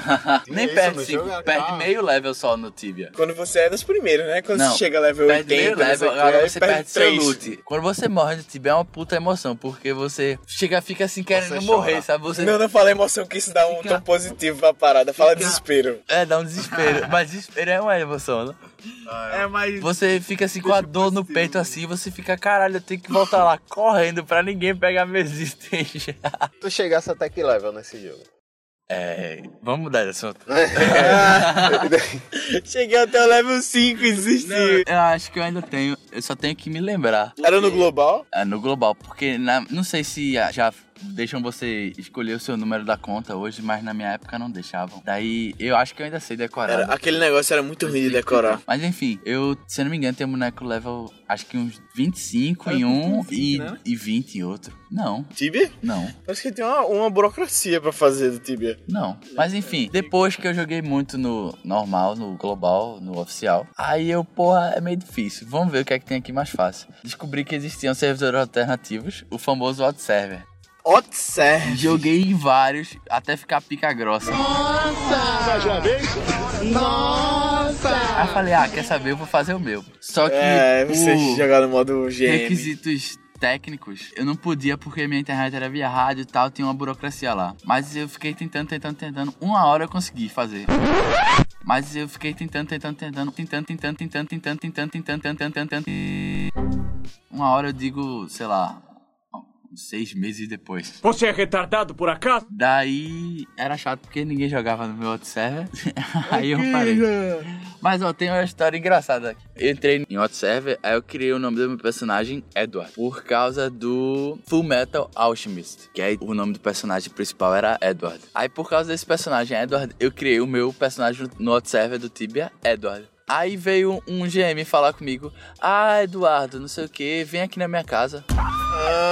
Speaker 1: Nem
Speaker 3: Isso,
Speaker 1: perde
Speaker 3: no
Speaker 1: 5,
Speaker 3: jogo é
Speaker 1: perde
Speaker 3: caro.
Speaker 1: meio level só no Tibia.
Speaker 2: Quando você é dos primeiros, né? Quando
Speaker 1: Não,
Speaker 2: você chega a level
Speaker 1: Perde
Speaker 2: 80,
Speaker 1: meio
Speaker 2: não sei
Speaker 1: level,
Speaker 2: o quê,
Speaker 1: agora
Speaker 2: aí
Speaker 1: você
Speaker 2: né? É,
Speaker 1: perde
Speaker 2: perde
Speaker 1: seu
Speaker 2: três.
Speaker 1: loot. Quando você morre no Tibia é uma puta emoção, porque você chega, fica assim querendo
Speaker 3: Você
Speaker 1: morrer,
Speaker 3: chora.
Speaker 1: sabe? Você
Speaker 2: Não, não fala emoção que isso dá um
Speaker 1: Fica-
Speaker 2: tom positivo pra parada.
Speaker 1: Fica-
Speaker 2: Fala desespero.
Speaker 1: É, dá um desespero. Mas desespero é uma emoção, né?
Speaker 2: É, mas.
Speaker 1: Você fica assim com a dor no peito assim, você fica, caralho, eu tenho que voltar lá correndo pra ninguém pegar minha existência.
Speaker 3: Tu chegasse até que level nesse jogo?
Speaker 1: É, vamos mudar de assunto.
Speaker 2: Cheguei até o level 5, existe.
Speaker 1: Eu acho que eu ainda tenho, eu só tenho que me lembrar.
Speaker 2: Era no global?
Speaker 1: É, no global, porque na- não sei se a- já deixam você escolher o seu número da conta hoje, mas na minha época não deixavam. Daí eu acho que eu ainda sei decorar. né?
Speaker 2: Era, aquele negócio era muito ruim de decorar.
Speaker 1: Mas enfim, eu, se eu não me engano, tenho boneco level acho que uns 25 em um e, e 20 em outro. Não,
Speaker 2: Tibia?
Speaker 1: não.
Speaker 2: Parece que tem uma, uma burocracia pra fazer do Tibia.
Speaker 1: Não. Mas enfim, depois que eu joguei muito no normal, no global, no oficial, aí eu, porra, é meio difícil. Vamos ver o que é que tem aqui mais fácil. Descobri que existiam servidores alternativos, o famoso hot server.
Speaker 2: Hot Server.
Speaker 1: Joguei em vários até ficar pica grossa. Nossa! Nossa! Aí eu falei, ah, quer saber? Eu vou fazer o meu. Só que.
Speaker 2: É, você
Speaker 1: o-
Speaker 2: jogar no modo GM.
Speaker 1: requisitos técnicos, eu não podia porque minha internet era via rádio e tal, tinha uma burocracia lá. Mas eu fiquei tentando, tentando, tentando. Uma hora eu consegui fazer. Mas eu fiquei tentando, tentando, tentando, tentando, tentando, tentando, tentando, tentando, tentando, tentando, tentando. Uma hora eu digo, sei lá, seis meses depois.
Speaker 5: Você é retardado por acaso?
Speaker 1: Daí era chato porque ninguém jogava no meu outro server. aí eu parei. Mas ó, tem uma história engraçada aqui. Eu entrei em outro server, aí eu criei o nome do meu personagem Edward. Por causa do Full Metal Alchemist. Que aí o nome do personagem principal era Edward. Aí por causa desse personagem Edward, eu criei o meu personagem no outro server do Tibia, Edward. Aí veio um GM falar comigo: Ah, Eduardo, não sei o que, vem aqui na minha casa.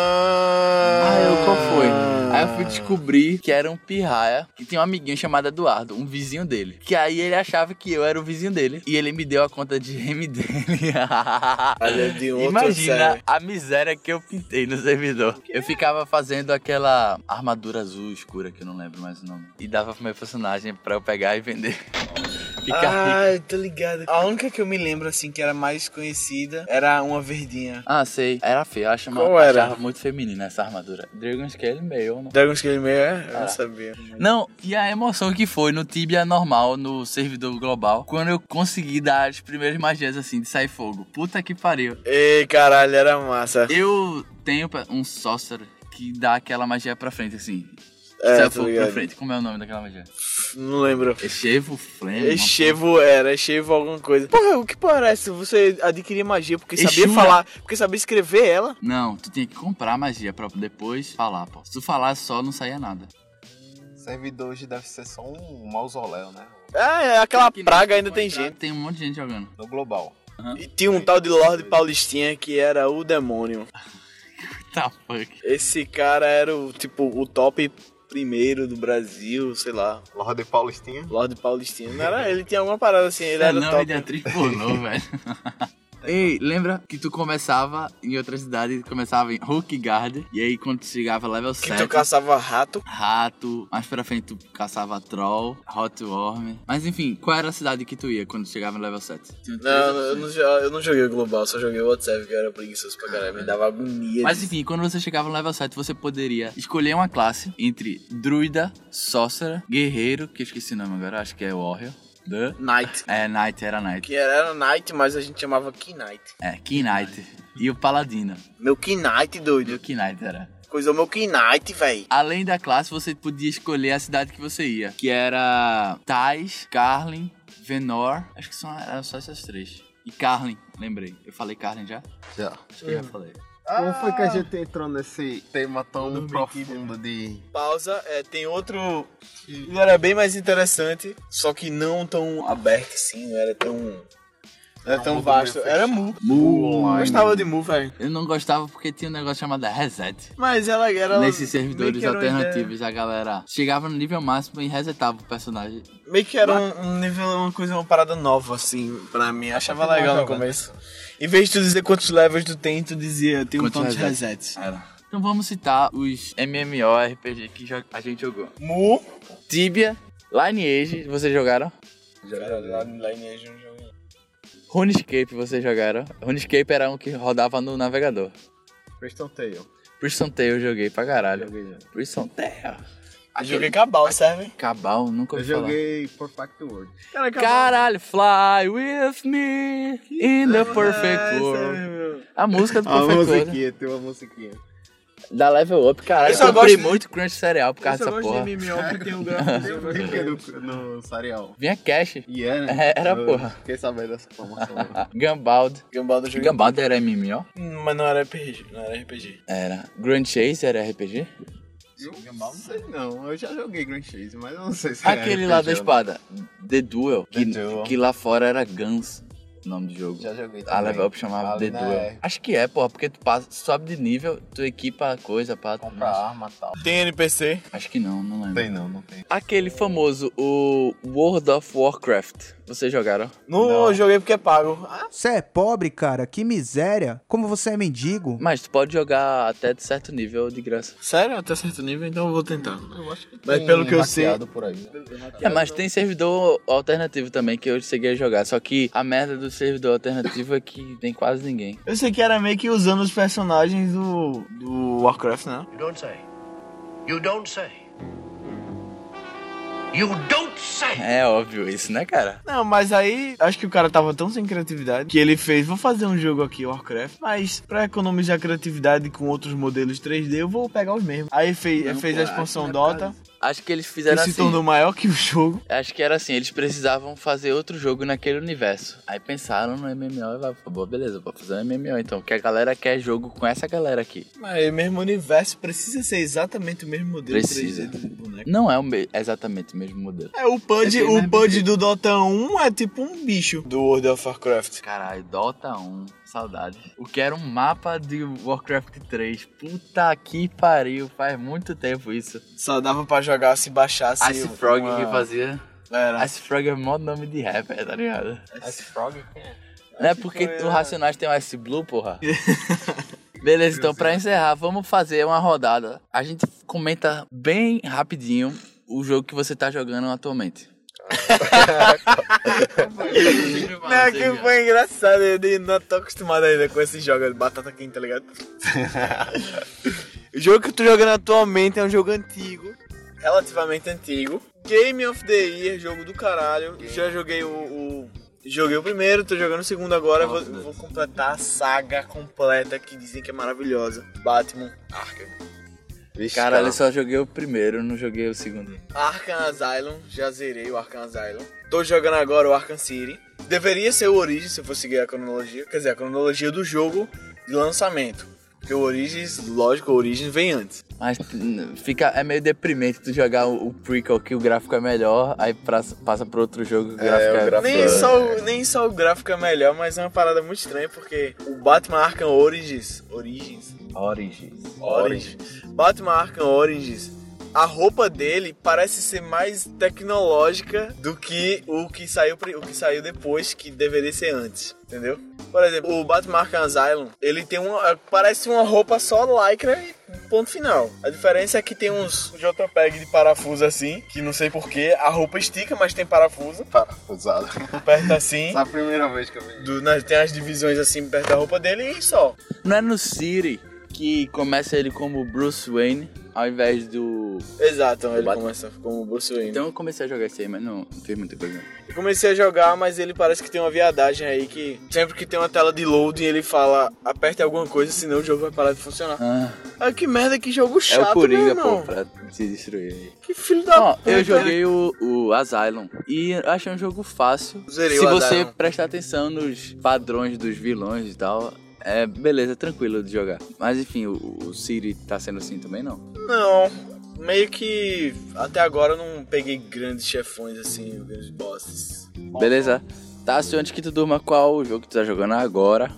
Speaker 2: Ah,
Speaker 1: Ah, eu qual foi? Aí eu fui descobrir que era um pirraia que tinha um amiguinho chamado Eduardo, um vizinho dele. Que aí ele achava que eu era o vizinho dele. E ele me deu a conta de M dele.
Speaker 2: Olha, de outro
Speaker 1: Imagina
Speaker 2: server.
Speaker 1: a miséria que eu pintei no servidor. Eu ficava fazendo aquela armadura azul escura que eu não lembro mais o nome. E dava pro meu personagem pra eu pegar e vender. Ficar rico.
Speaker 2: Ah, eu tô ligado. A única que eu me lembro, assim, que era mais conhecida era uma verdinha.
Speaker 1: Ah, sei. Era feio. Eu achava,
Speaker 2: Qual era?
Speaker 1: achava muito feminina essa armadura. Dragon's Scale meio, né?
Speaker 2: Dragon's Game é? Eu
Speaker 1: Ah.
Speaker 2: não sabia.
Speaker 1: Não, e a emoção que foi no Tibia normal, no servidor global, quando eu consegui dar as primeiras magias assim de sair fogo. Puta que pariu.
Speaker 2: Ei, caralho, era massa.
Speaker 1: Eu tenho pe- um sorcerer que dá aquela magia pra frente assim.
Speaker 2: É,
Speaker 1: sai
Speaker 2: tô
Speaker 1: fogo pra
Speaker 2: ligado.
Speaker 1: frente. Como é o nome daquela magia?
Speaker 2: Não lembro.
Speaker 1: Echevo
Speaker 2: É,
Speaker 1: Flame. uma
Speaker 2: Echevo era, Echevo alguma coisa. Porra, o que parece? Você adquiria magia porque sabia
Speaker 1: Exura.
Speaker 2: falar, porque sabia escrever ela.
Speaker 1: porra. Não, tu tinha que comprar a magia pra depois falar, pô. Se tu falasse só, não saía nada.
Speaker 3: Servidor hoje deve ser só um mausoléu, né?
Speaker 2: Ah, é, aquela
Speaker 1: Que nem
Speaker 2: praga
Speaker 1: tu
Speaker 2: ainda tem
Speaker 1: entrar,
Speaker 2: gente.
Speaker 1: Tem um monte de gente jogando.
Speaker 3: No global.
Speaker 2: E tinha um tal de Lorde Paulistinha que era o demônio.
Speaker 1: Tá, fuck.
Speaker 2: Esse cara era o, tipo, o top primeiro do Brasil, sei lá.
Speaker 3: Lorde Paulistinha.
Speaker 2: Lorde Paulistinha. Não era? Ele tinha alguma parada assim, ele
Speaker 1: É
Speaker 2: era o
Speaker 1: nome
Speaker 2: top.
Speaker 1: de atriz pornô, velho. Ei, lembra que tu começava em outra cidade, começava em Hulk Guard, e aí quando tu chegava level
Speaker 2: Que
Speaker 1: 7...
Speaker 2: tu caçava rato.
Speaker 1: Rato, mais pra frente tu caçava Troll, Hotworm. Mas enfim, qual era a cidade que tu ia quando tu chegava no level 7? Tinha três
Speaker 2: Não, eu
Speaker 1: opções.
Speaker 2: não, jo- eu não joguei o global, só joguei o WhatsApp, que eu era preguiçoso pra caralho, me dava agonia.
Speaker 1: Mas enfim, quando você chegava no level 7, você poderia escolher uma classe entre druida, sorcerer, guerreiro, que eu esqueci o nome agora, acho que é warrior, the...
Speaker 2: Night.
Speaker 1: É, Knight, era Knight.
Speaker 2: Que era, era Night, mas a gente chamava Key Night.
Speaker 1: É, Key Knight. E o paladino.
Speaker 2: Meu Key Night,
Speaker 1: E o
Speaker 2: doido.
Speaker 1: Key Knight era...
Speaker 2: Coisou meu Key Night, véi.
Speaker 1: Além da classe, você podia escolher a cidade que você ia, que era Tais, Carlin, Venor, acho que são, eram só essas três. E Carlin, lembrei. Eu falei Carlin já?
Speaker 3: Já.
Speaker 1: Acho que eu já falei.
Speaker 3: Como foi que a gente entrou nesse tema tão profundo de.
Speaker 2: Pausa, é, tem outro. Ele era bem mais interessante, só que não tão aberto assim, não era tão. Não era tão vasto. Era Mu. Mu. Gostava de Mu, velho.
Speaker 1: Eu não gostava porque tinha um negócio chamado Reset.
Speaker 2: Mas ela era. um
Speaker 1: Nesses
Speaker 2: meio
Speaker 1: servidores
Speaker 2: que era uma ideia-
Speaker 1: alternativos, a galera chegava no nível máximo e resetava o personagem.
Speaker 2: Meio que era um, um nível, uma coisa, uma parada nova, assim, pra mim. Achava legal no começo. Em vez de tu dizer quantos levels tu tem, tu dizia, tem um
Speaker 1: Quantos
Speaker 2: tanto de
Speaker 1: resets?
Speaker 2: resets.
Speaker 1: Então vamos citar os MMORPG que jo- a gente jogou.
Speaker 2: Mu.
Speaker 1: Tibia, Lineage, vocês jogaram?
Speaker 2: Cara, lá no Lineage um jogo.
Speaker 1: RuneScape, vocês jogaram? RuneScape era um que rodava no navegador.
Speaker 3: Preston um Tail.
Speaker 1: Prison Tail eu joguei pra caralho. Prison Tail.
Speaker 2: Eu Joguei Cabal, serve?
Speaker 1: Cabal, nunca
Speaker 3: Eu
Speaker 1: ouvi falar.
Speaker 3: joguei Perfect World.
Speaker 1: Caralho, fly with me in
Speaker 2: Ah,
Speaker 1: the
Speaker 2: é
Speaker 1: perfect world. A música do
Speaker 3: Ah, Uma
Speaker 1: Perfect World.
Speaker 3: musiquinha, tem uma musiquinha.
Speaker 1: Da Level Up, caralho.
Speaker 2: Eu
Speaker 1: Eu
Speaker 2: só
Speaker 1: comprei
Speaker 2: gosto de-
Speaker 1: muito Crunch Cereal por causa dessa porra.
Speaker 2: MMO que tem um
Speaker 3: Brinca no, no Sarial.
Speaker 1: Vinha Cash.
Speaker 3: E era,
Speaker 1: É, era,
Speaker 3: Eu
Speaker 1: porra.
Speaker 3: Fiquei sabendo dessa informação.
Speaker 1: Gambald.
Speaker 2: Gambal do jogo.
Speaker 1: Gambald era MMO?
Speaker 2: Mas não era RPG, não era RPG.
Speaker 1: Era. Grand Chase era RPG?
Speaker 3: Eu não sei não, eu já joguei Grand Chase, mas eu não sei se era
Speaker 1: Aquele lá da
Speaker 3: RPG ou não.
Speaker 1: espada. The Duel.
Speaker 3: The
Speaker 1: Que,
Speaker 3: Duel.
Speaker 1: que lá fora era Guns. O nome do jogo.
Speaker 3: Já joguei também.
Speaker 1: A level up chamava
Speaker 3: Ah,
Speaker 1: The
Speaker 3: né,
Speaker 1: Duel. Acho que é, porra, porque tu passa, sobe de nível, tu equipa a coisa pra.
Speaker 3: Compra arma e tal.
Speaker 2: Tem NPC.
Speaker 1: Acho que não, não lembro.
Speaker 3: Não tem não, não tem.
Speaker 1: Aquele famoso, o World of Warcraft. Vocês jogaram?
Speaker 2: Não, eu joguei porque é pago. Ah,
Speaker 11: Você é pobre, cara? Que miséria. Como você é mendigo?
Speaker 1: Mas tu pode jogar até de certo nível de graça.
Speaker 2: sério? Até certo nível, então eu vou tentar.
Speaker 3: Eu acho que
Speaker 2: Mas
Speaker 3: tem
Speaker 2: pelo que eu sei-
Speaker 3: hackeado por aí.
Speaker 1: É, mas tem servidor alternativo também que eu cheguei a jogar. Só que a merda do servidor alternativo é que tem quase ninguém.
Speaker 2: Eu sei que era meio que usando os personagens do, do Warcraft, né?
Speaker 12: don't say. You don't say. You don't say.
Speaker 1: É óbvio isso, né, cara?
Speaker 2: Não, mas aí acho que o cara tava tão sem criatividade que ele fez, vou fazer um jogo aqui, Warcraft, mas pra economizar criatividade com outros modelos 3D, eu vou pegar os mesmos. Aí fez,
Speaker 1: Não,
Speaker 2: fez
Speaker 1: pô,
Speaker 2: a
Speaker 1: acho
Speaker 3: né,
Speaker 2: expansão Dota,
Speaker 1: Acho que eles
Speaker 2: que
Speaker 1: fizeram
Speaker 2: se
Speaker 1: assim.
Speaker 2: tornou maior que o jogo.
Speaker 1: Acho que era assim, eles precisavam fazer outro jogo naquele universo. Aí pensaram no MMO e falaram, pô, beleza, vou fazer um MMO então, porque a galera quer jogo com essa galera aqui.
Speaker 2: Mas o mesmo universo precisa ser exatamente o mesmo modelo
Speaker 1: Precisa.
Speaker 2: 3D do boneco.
Speaker 1: Não é o me- exatamente o mesmo modelo.
Speaker 2: É, o PUD,
Speaker 1: É bem
Speaker 2: o
Speaker 1: mais
Speaker 2: PUD do Dota 1 é tipo um bicho do World of Warcraft.
Speaker 1: Caralho, Dota 1, saudade. O que era um mapa de Warcraft 3. Puta que pariu, faz muito tempo isso.
Speaker 2: Só dava pra jogar se baixasse.
Speaker 1: Ice Frog
Speaker 2: uma-
Speaker 1: que fazia.
Speaker 2: Era.
Speaker 1: Ice Frog é o maior nome de rapper, tá ligado?
Speaker 3: Ice Frog? Tipo,
Speaker 1: Não é porque o Racionais tem o Ice Blue, porra. Beleza, então pra encerrar, vamos fazer uma rodada. A gente comenta bem rapidinho o jogo que você tá jogando atualmente.
Speaker 2: Não, é que foi engraçado, eu nem- não tô acostumado ainda com esse jogo de batata quente, tá ligado? o jogo que eu tô jogando atualmente é um jogo antigo, relativamente antigo. Game of the Year, jogo do caralho. Já joguei o, o- Joguei o primeiro, tô jogando o segundo agora. Vou, vou completar a saga completa que dizem que é maravilhosa. Batman, Arkham.
Speaker 3: Vixe,
Speaker 1: Caralho, eu só joguei o primeiro, não joguei o segundo.
Speaker 2: Arkham Asylum, já zerei o Arkham Asylum. Tô jogando agora o Arkham City. Deveria ser o Origins se eu for seguir a cronologia, quer dizer, a cronologia do jogo de lançamento. Porque o Origins, lógico, o Origins vem antes.
Speaker 1: Mas n- fica, é meio deprimente tu jogar o, o prequel que o gráfico é melhor, aí pra- passa pro outro jogo que o
Speaker 3: É,
Speaker 1: gráfico é,
Speaker 3: o gráfico-
Speaker 2: Nem
Speaker 3: É.
Speaker 2: só, o- nem só o gráfico é melhor, mas é uma parada muito estranha, porque o Batman Arkham Origins. Origins?
Speaker 1: Origins.
Speaker 2: Origins. Batman Arkham Origins a roupa dele parece ser mais tecnológica do que o que saiu, pri- o que saiu depois, que deveria ser antes, entendeu? Por exemplo, o Batman Arkham Asylum, ele tem uma. Parece uma roupa só lycra e ponto final. A diferença é que tem uns JPEG de parafuso assim, que não sei porquê, a roupa estica, mas tem parafuso.
Speaker 3: Parafusado.
Speaker 2: Perto assim.
Speaker 3: Essa é a primeira vez que eu vi.
Speaker 2: do- nas- tem as divisões assim perto da roupa dele e só.
Speaker 1: Não é no City que começa ele como Bruce Wayne ao invés do.
Speaker 2: Exato, ele
Speaker 1: Batman.
Speaker 2: começa como Bruce Wayne.
Speaker 1: Então eu comecei a jogar esse aí, mas não, não fez muita coisa.
Speaker 2: Eu comecei a jogar, mas ele parece que tem uma viadagem aí que sempre que tem uma tela de loading ele fala aperte alguma coisa, senão o jogo vai parar de funcionar.
Speaker 1: Ah.
Speaker 2: Ah, que merda, que jogo chato,
Speaker 1: é o Coringa,
Speaker 2: meu
Speaker 1: pô,
Speaker 2: irmão.
Speaker 1: pra se destruir aí.
Speaker 2: Que filho da puta.
Speaker 1: Eu joguei o, o Asylum e eu achei um jogo fácil.
Speaker 2: Zerei
Speaker 1: Se
Speaker 2: o
Speaker 1: você
Speaker 2: Asylum.
Speaker 1: prestar atenção nos padrões dos vilões e tal, é beleza, tranquilo de jogar. Mas enfim, o, o City tá sendo assim também não.
Speaker 2: Não, meio que até agora eu não peguei grandes chefões assim, grandes bosses.
Speaker 1: Beleza? Tássio, antes que tu durma, qual o jogo que tu tá jogando agora?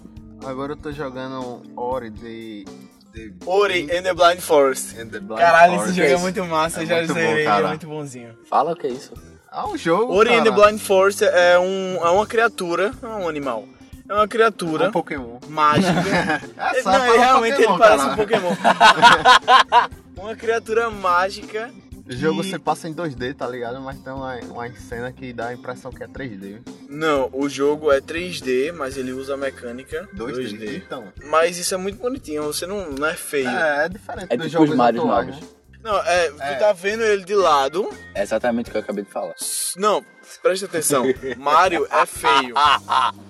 Speaker 3: Agora eu tô jogando Ori de. de...
Speaker 2: Ori and the Blind Forest.
Speaker 3: and the Blind
Speaker 2: Caralho, esse
Speaker 3: Forest.
Speaker 2: jogo é muito massa,
Speaker 3: É
Speaker 2: eu já
Speaker 3: muito bom,
Speaker 2: zerei, ele é
Speaker 3: cara.
Speaker 2: muito bonzinho.
Speaker 1: Fala o que é isso.
Speaker 3: Ah, um jogo.
Speaker 2: Ori and the
Speaker 3: cara.
Speaker 2: Blind Forest é, um, é uma criatura, não é um animal. É uma criatura.
Speaker 3: É um Pokémon.
Speaker 2: Mágica.
Speaker 3: É, só
Speaker 2: não,
Speaker 3: fala
Speaker 2: realmente
Speaker 3: Pokémon,
Speaker 2: ele parece um
Speaker 3: cara.
Speaker 2: Pokémon. uma criatura mágica.
Speaker 3: O jogo
Speaker 2: que-
Speaker 3: você passa em 2D, tá ligado? Mas tem uma, uma cena que dá a impressão que é 3D.
Speaker 2: Não, o jogo é 3D, mas ele usa a mecânica
Speaker 3: 2D,
Speaker 2: 2D.
Speaker 3: então.
Speaker 2: Mas isso é muito bonitinho, você não, não é feio.
Speaker 3: É, é diferente
Speaker 1: É
Speaker 3: dos
Speaker 1: tipo
Speaker 3: jogos
Speaker 1: os Marios
Speaker 3: atuais,
Speaker 1: novos.
Speaker 3: né?
Speaker 2: Não, é, tu tá vendo ele de lado.
Speaker 1: É exatamente o que eu acabei de falar.
Speaker 2: Não, presta atenção. Mario é feio.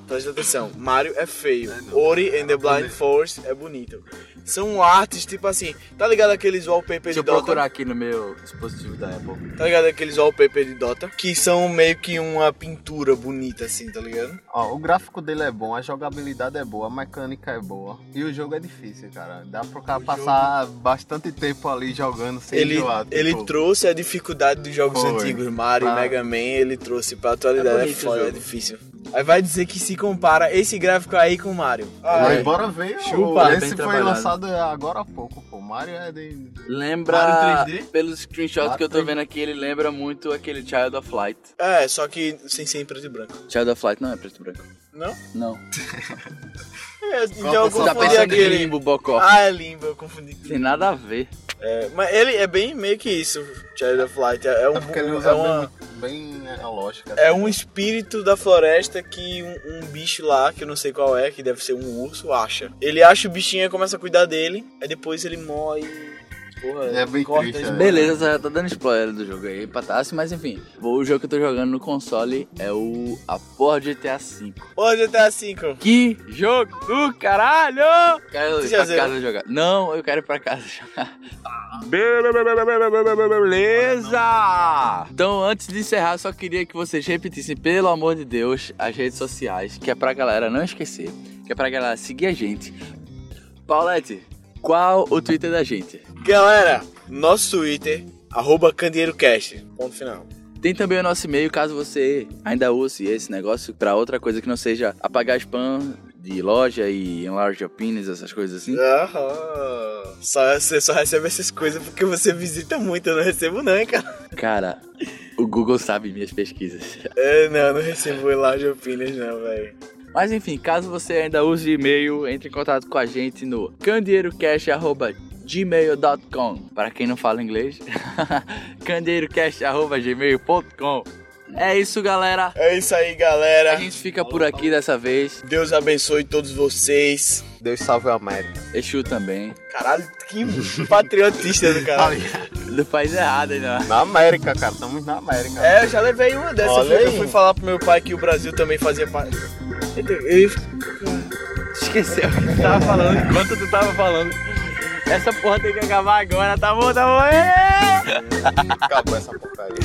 Speaker 2: Presta atenção, Mario é feio. Ori and the Blind Force é bonito. São artes, tipo assim, tá ligado aqueles wallpapers
Speaker 1: Deixa
Speaker 2: de
Speaker 1: eu
Speaker 2: Dota?
Speaker 1: procurar aqui no meu dispositivo da Apple.
Speaker 2: Tá ligado aqueles wallpaper de Dota? Que são meio que uma pintura bonita, assim, tá ligado?
Speaker 3: Ó, o gráfico dele é bom, a jogabilidade é boa, a mecânica é boa. E o jogo é difícil, cara. Dá pro cara passar bastante tempo ali jogando sem
Speaker 1: ah,
Speaker 2: ele
Speaker 3: enjoar. tipo,
Speaker 2: ele trouxe a dificuldade dos jogos
Speaker 3: Foi.
Speaker 2: antigos, Mario,
Speaker 3: Ah.
Speaker 2: Mega Man, ele trouxe pra atualidade.
Speaker 1: É
Speaker 2: É,
Speaker 1: bonito o
Speaker 2: foda,
Speaker 1: jogo.
Speaker 2: é difícil. Aí vai dizer que se compara esse gráfico aí com o Mario.
Speaker 3: Mas
Speaker 2: é.
Speaker 3: bora ver, o-
Speaker 2: Chupa,
Speaker 1: bem
Speaker 3: esse foi
Speaker 1: trabalhado.
Speaker 3: lançado agora há pouco, pô. Mario é de...
Speaker 1: Lembra,
Speaker 3: Mario 3D?
Speaker 1: pelos screenshots
Speaker 3: Mario
Speaker 1: que eu tô vendo aqui, ele lembra muito aquele Child of Light.
Speaker 2: É, só que sem ser em preto e branco.
Speaker 1: Child of Light não é preto e branco.
Speaker 2: Não?
Speaker 1: Não.
Speaker 2: É, então
Speaker 3: Qual
Speaker 2: eu
Speaker 3: que você
Speaker 1: Você tá
Speaker 2: confundi
Speaker 1: pensando em
Speaker 2: aquele.
Speaker 1: limbo, Bocó.
Speaker 2: Ah, é limbo, eu confundi.
Speaker 1: Tem nada a ver.
Speaker 2: É, mas ele é bem meio que isso, Child of Light. É, é um,
Speaker 3: É porque ele
Speaker 2: é
Speaker 3: usa
Speaker 2: uma-
Speaker 3: bem, bem a lógica.
Speaker 2: É um espírito da floresta que um, um bicho lá, que eu não sei qual é, que deve ser um urso, acha. Ele acha o bichinho e começa a cuidar dele, aí depois ele morre. Porra,
Speaker 3: É bem
Speaker 2: corta
Speaker 3: triste,
Speaker 2: as-
Speaker 3: né?
Speaker 1: Beleza, você já tá dando spoiler do jogo aí pra Tassi, mas enfim. O jogo que eu tô jogando no console é o a porra de GTA V.
Speaker 2: Porra, GTA V.
Speaker 1: Que jogo do caralho! Quero
Speaker 2: Você
Speaker 1: ir
Speaker 2: já
Speaker 1: pra
Speaker 2: zerou?
Speaker 1: casa jogar. Não, eu quero ir pra casa jogar. Beleza! Então, antes de encerrar, só queria que vocês repetissem, pelo amor de Deus, as redes sociais, que é pra galera não esquecer, que é pra galera seguir a gente. Paulette, qual o Twitter da gente?
Speaker 2: Galera, nosso Twitter, arroba candeeirocast. Ponto final.
Speaker 1: Tem também o nosso e-mail, caso você ainda use esse negócio pra outra coisa que não seja apagar spam de loja e enlarge opinions, essas coisas assim.
Speaker 2: Aham. Só, você só recebe essas coisas porque você visita muito, eu não recebo não, hein, cara.
Speaker 1: Cara, o Google sabe minhas pesquisas.
Speaker 2: É, não, eu não recebo lá de opinions não, velho.
Speaker 1: Mas enfim, caso você ainda use e-mail, entre em contato com a gente no candeeirocast.gmail.com Para quem não fala inglês, candeeirocast.gmail.com É isso, galera.
Speaker 2: É isso aí,
Speaker 1: A
Speaker 2: galera.
Speaker 1: gente fica por aqui dessa vez.
Speaker 2: Deus abençoe todos vocês.
Speaker 3: Deus salve a América.
Speaker 1: Exu também.
Speaker 2: Caralho, que patriotista do caralho.
Speaker 1: Do país errado ainda.
Speaker 3: Na América, cara. Estamos na América.
Speaker 2: É, eu já levei uma dessa. Eu
Speaker 3: Olha
Speaker 2: fui, eu
Speaker 3: aí.
Speaker 2: fui falar pro meu pai que o Brasil também fazia parte. Eu
Speaker 1: Esqueceu o que tu tava falando enquanto tu tava falando. Essa porra tem que acabar agora, tá bom, tá bom? Êêê!
Speaker 3: Acabou essa porcaria.